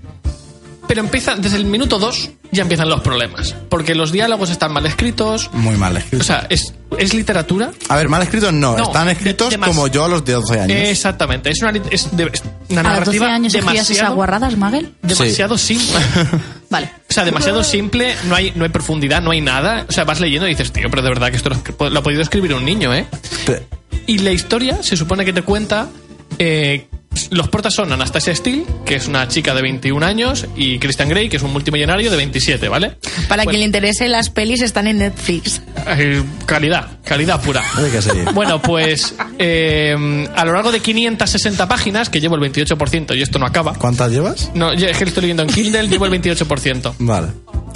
Pero empieza, desde el minuto dos ya empiezan los problemas. Porque los diálogos están mal escritos. Muy mal O escrito. sea, es, es literatura a ver, mal escritos no, No, están de- escritos de más. como yo a los 12 años. Exactamente. Es una, lit- es de- es una ¿A los 12 narrativa años escribías esas demasiado, guarradas, Magel? demasiado simple. Vale. O (laughs) sea, demasiado simple, no hay, no hay profundidad, no hay nada. O sea, vas leyendo y dices, tío, pero de verdad que esto lo, lo ha podido escribir un niño, ¿eh? Pe- Y la historia se supone que te cuenta. eh, los portas son Anastasia Steele, que es una chica de 21 años, y Christian Grey, que es un multimillonario de 27, ¿vale? Para Bueno. quien le interese, las pelis están en Netflix. Eh, calidad, calidad pura. Oye, que sí. (laughs) Bueno, pues eh, a lo largo de 560 páginas, que llevo el 28% y esto no acaba. ¿Cuántas llevas? No, yo es que lo estoy leyendo en Kindle, llevo el 28%. Vale.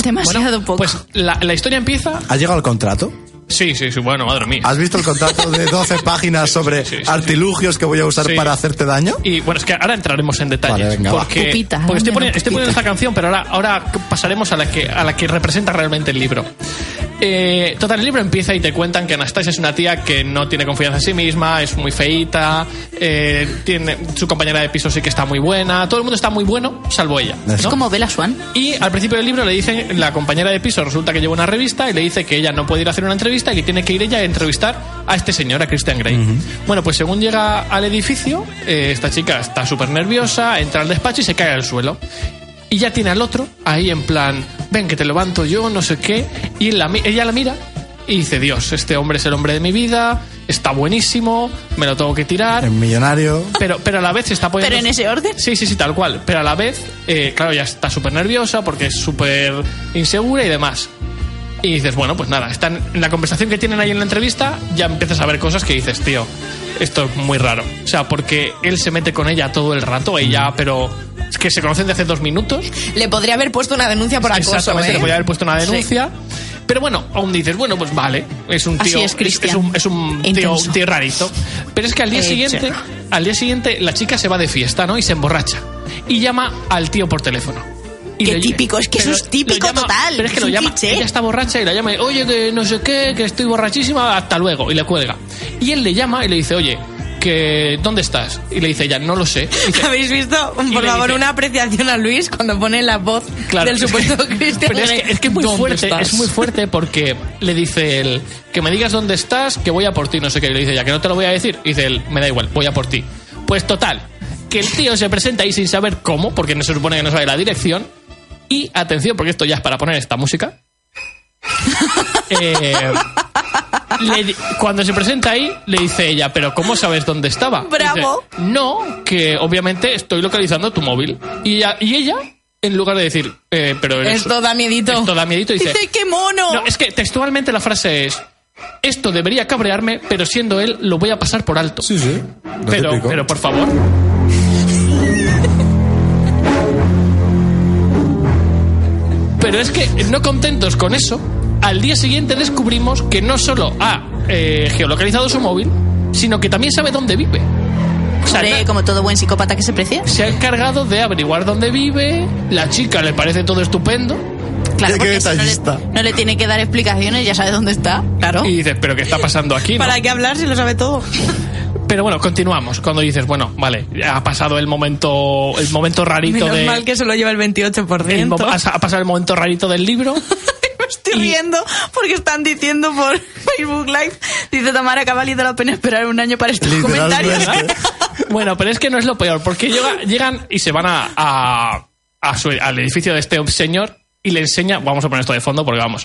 Demasiado Bueno, poco. pues la, la historia empieza. ¿Has llegado al contrato? Sí, sí, sí, bueno, madre mía. ¿Has visto el contrato de 12 páginas sobre sí, sí, sí. artilugios que voy a usar Sí. para hacerte daño? Y bueno, es que ahora entraremos en detalles. Vale, venga, va. porque Pupita, porque estoy, dame poni- la estoy poniendo pupita. esta canción, pero ahora, ahora pasaremos a la, que, a la que representa realmente el libro. Eh, total, el libro empieza y te cuentan que Anastasia es una tía que no tiene confianza en sí misma, es muy feíta, eh, tiene, su compañera de piso sí que está muy buena, todo el mundo está muy bueno, salvo ella. Es Es ¿no? como Bella Swan. Y al principio del libro le dicen, la compañera de piso resulta que lleva una revista y le dice que ella no puede ir a hacer una entrevista y que tiene que ir ella a entrevistar a este señor, a Christian Grey. Bueno, pues según llega al edificio, eh, esta chica está súper nerviosa, entra al despacho y se cae al suelo. Y ya tiene al otro ahí en plan, ven que te levanto yo, no sé qué. Y la mi- ella la mira y dice, Dios, este hombre es el hombre de mi vida, está buenísimo, me lo tengo que tirar. El millonario. Pero, pero a la vez se está poniendo... Pero en ese orden. Sí, sí, sí, tal cual. Pero a la vez, eh, claro, ya está súper nerviosa porque es súper insegura y demás. Y dices, bueno, pues nada, están en la conversación que tienen ahí en la entrevista, ya empiezas a ver cosas que dices, tío, esto es muy raro. O sea, porque él se mete con ella todo el rato, ella, pero es que se conocen de hace dos minutos. Le podría haber puesto una denuncia por acoso, Exactamente, ¿eh? le podía (laughs) haber puesto una denuncia. Pero bueno, aún dices, bueno, pues vale, es un Así tío, es, Cristian. un, es un tío, Intenso. un tío rarito. Pero es que al día Eh, siguiente, chorro. al día siguiente la chica se va de fiesta, ¿no? Y se emborracha. Y llama al tío por teléfono. Y Qué le- típico, es que eso pero es típico lo llama- total, Pero es que es lo un llama, cliché. ella está borracha y la llama, y, oye, que no sé qué, que estoy borrachísima, hasta luego, y le cuelga. Y él le llama y le dice, oye, que ¿dónde estás? Y le dice ella, no lo sé. Y dice, ¿Habéis visto? Por le favor, dice- una apreciación a Luis cuando pone la voz Claro, del es que- supuesto Cristian. (laughs) Pero es que, es que es muy ¿Dónde fuerte, estás? es muy fuerte porque le dice él que me digas dónde estás, que voy a por ti, no sé qué. Y le dice ya que no te lo voy a decir. Y dice él, me da igual, voy a por ti. Pues total, que el tío se presenta ahí sin saber cómo, porque no se supone que no sabe la dirección. Y atención, porque esto ya es para poner esta (laughs) música. Eh, le di- cuando se presenta ahí, le dice ella, pero ¿cómo sabes dónde estaba? Bravo. Dice, no, que obviamente estoy localizando tu móvil. Y ella, y ella en lugar de decir, eh, pero eres- Esto da miedito. esto da miedito, dice, Dice, ¡qué mono! no, es que textualmente la frase es, esto debería cabrearme, pero siendo él lo voy a pasar por alto. Sí, sí. Lo pero, típico. pero por favor. Pero es que no contentos con eso, al día siguiente descubrimos que no solo ha eh, geolocalizado su móvil, sino que también sabe dónde vive. O sea, Hombre, na- como todo buen psicópata que se precie. se ha encargado de averiguar dónde vive, la chica le parece todo estupendo Claro, Qué porque si no, detallista. le, no le tiene que dar explicaciones, ya sabe dónde está. Claro. y dices, pero ¿qué está pasando aquí? no?". Oh. ¿Para qué hablar si lo sabe todo? Pero bueno, continuamos. Cuando dices, bueno, vale, ha pasado el momento, el momento rarito Menos de. mal que se lo lleva el 28%. el mo- ha, ha pasado el momento rarito del libro. (laughs) Me estoy riendo porque están diciendo por (laughs) Facebook Live. Dice Tamara que ha valido la pena esperar un año este para estos comentarios. (laughs) Literalmente. bueno, pero es que no es lo peor, porque llega- llegan y se van a, a- a su- al edificio de este señor y le enseña. Vamos a poner esto de fondo porque vamos.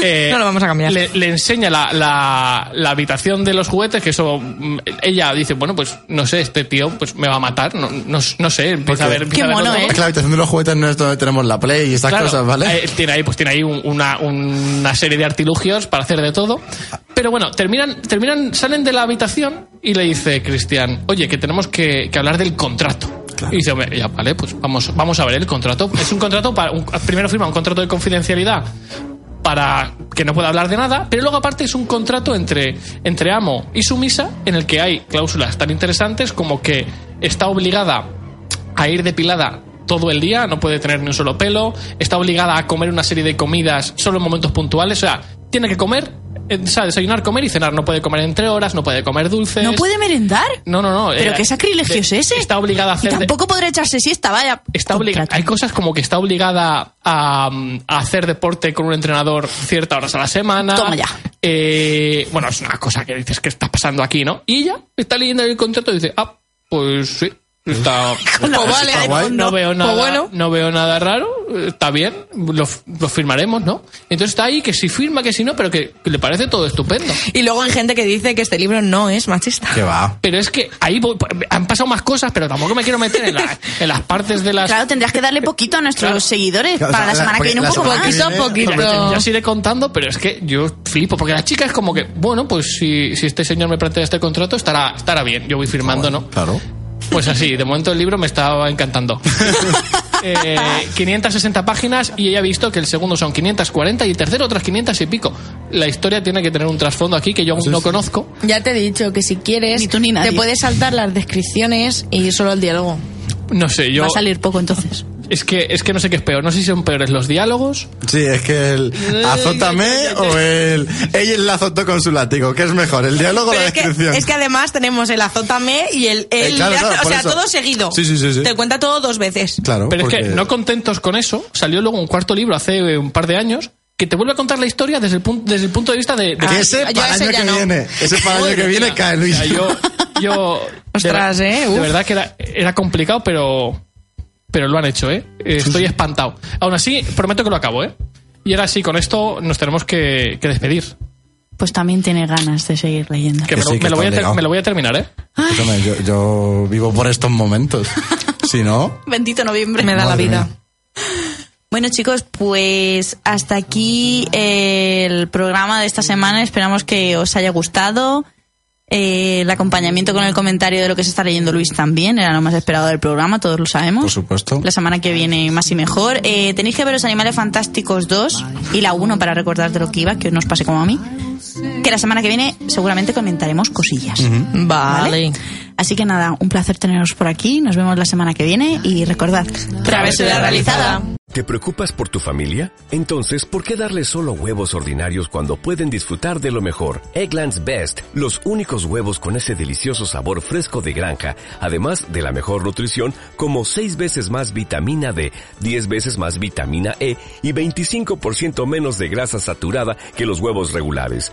Eh, (laughs) No lo vamos a cambiar. Le, le enseña la, la- la habitación de los juguetes, que eso. mm, Ella dice, bueno, pues no sé, este tío pues me va a matar. No, no, no sé, empieza a ver. empieza Qué a ver mono, todo. ¿eh? Es que la habitación de los juguetes no es donde tenemos la Play y estas Claro, cosas, ¿vale? eh, tiene ahí, pues tiene ahí un- una, una serie de artilugios para hacer de todo. Pero bueno, terminan, terminan, salen de la habitación y le dice Cristian, oye, que tenemos que, que hablar del contrato. Claro. Y dice, hombre, ya, vale, pues vamos, vamos a ver el contrato. Es un contrato para. un- primero firma un contrato de confidencialidad para que no pueda hablar de nada, pero luego aparte es un contrato entre, entre amo y sumisa en el que hay cláusulas tan interesantes como que está obligada a ir depilada todo el día, no puede tener ni un solo pelo, está obligada a comer una serie de comidas solo en momentos puntuales, o sea, tiene que comer, eh, o sea, desayunar, comer y cenar, no puede comer entre horas, no puede comer dulces. ¿No puede merendar? No, no, no. ¿Pero eh, qué sacrilegio de- es ese? Está obligada a Y hacer... de- tampoco podrá echarse siesta, vaya. Está obliga- Contrato. hay cosas como que está obligada a, mm, a hacer deporte con un entrenador ciertas horas a la semana. Toma ya. Eh, bueno, es una cosa que dices que está pasando aquí, ¿no? Y ella está leyendo el contrato y dice, ah, pues sí, está... Pues vale, Está ahí guay. pues No, veo nada, Pues bueno, no veo nada raro, eh, está bien, lo, f- lo firmaremos, ¿no? Entonces está ahí que si firma, que si no, pero que, que le parece todo estupendo. y luego hay gente que dice que este libro no es machista. Que va. Pero es que ahí voy- han pasado más cosas, pero tampoco me quiero meter en, la- en las partes de las... (laughs) Claro, tendrás que darle poquito a nuestros Claro. seguidores Claro, o para sea, la la- semana que porque viene un la poco semana que más. Poquito a viene- poquito. Ya os iré contando, pero es que yo flipo, porque la chica es como que, bueno, pues si, si este señor me plantea este contrato, estará, estará bien, yo voy firmando, ¿no? Claro. Pues así, de momento el libro me estaba (laughs) encantando. Eh, 560 páginas y ella ha visto que el segundo son 540 y el tercero otras 500 y pico. La historia tiene que tener un trasfondo aquí que yo aún no conozco. Ya te he dicho que si quieres, Ni tú ni nadie. te puedes saltar las descripciones y solo el diálogo. No sé, yo... Va a salir poco entonces. Es que, es que no sé qué es peor, no sé si son peores los diálogos Sí, es que el azótame o el... Ella la azotó con su látigo. ¿Qué es mejor, el diálogo o Pero la es que, descripción? es que además tenemos el azótame y el... Eh, el claro, claro, o por sea, eso. todo seguido. Sí, sí, sí, sí. Te cuenta todo dos veces. Claro, Pero es porque- que no contentos con eso, salió luego un cuarto libro hace eh, un par de años que te vuelve a contar la historia desde el punto, desde el punto de vista de... de- Que ese yo para el ese año Ah, ya que no. viene. Ese para el año que viene cae O Luis. sea, yo... yo Ostras, de, ver- eh, De uf. verdad que era, era complicado, pero... Pero lo han hecho, ¿eh? Eh, Estoy espantado. Aún así, prometo que lo acabo, ¿eh? Y ahora sí, con esto nos tenemos que, que despedir. Pues también tiene ganas de seguir leyendo. Que Que, me, lo- sí, que me está lo voy a ter- obligado. me lo voy a terminar, ¿eh? (laughs) Escúchame, yo, yo vivo por estos (laughs) momentos. Si no, Bendito noviembre. Me da la Madre vida. mía. Bueno chicos, pues hasta aquí el programa de esta semana. Esperamos que os haya gustado. Eh, el acompañamiento con el comentario de lo que se está leyendo Luis también era lo más esperado del programa, todos lo sabemos. por supuesto. La semana que viene más y mejor. Eh, tenéis que ver Los Animales Fantásticos 2 y la 1 para recordar de lo que iba, que no os pase como a mí. Que la semana que viene seguramente comentaremos cosillas. Vale. Así que nada, un placer teneros por aquí. Nos vemos la semana que viene y recordad, travesura realizada. ¿Te preocupas por tu familia? Entonces, ¿por qué darles solo huevos ordinarios cuando pueden disfrutar de lo mejor? Eggland's Best, los únicos huevos con ese delicioso sabor fresco de granja, además de la mejor nutrición, como 6 veces más vitamina D, 10 veces más vitamina E y 25% menos de grasa saturada que los huevos regulares,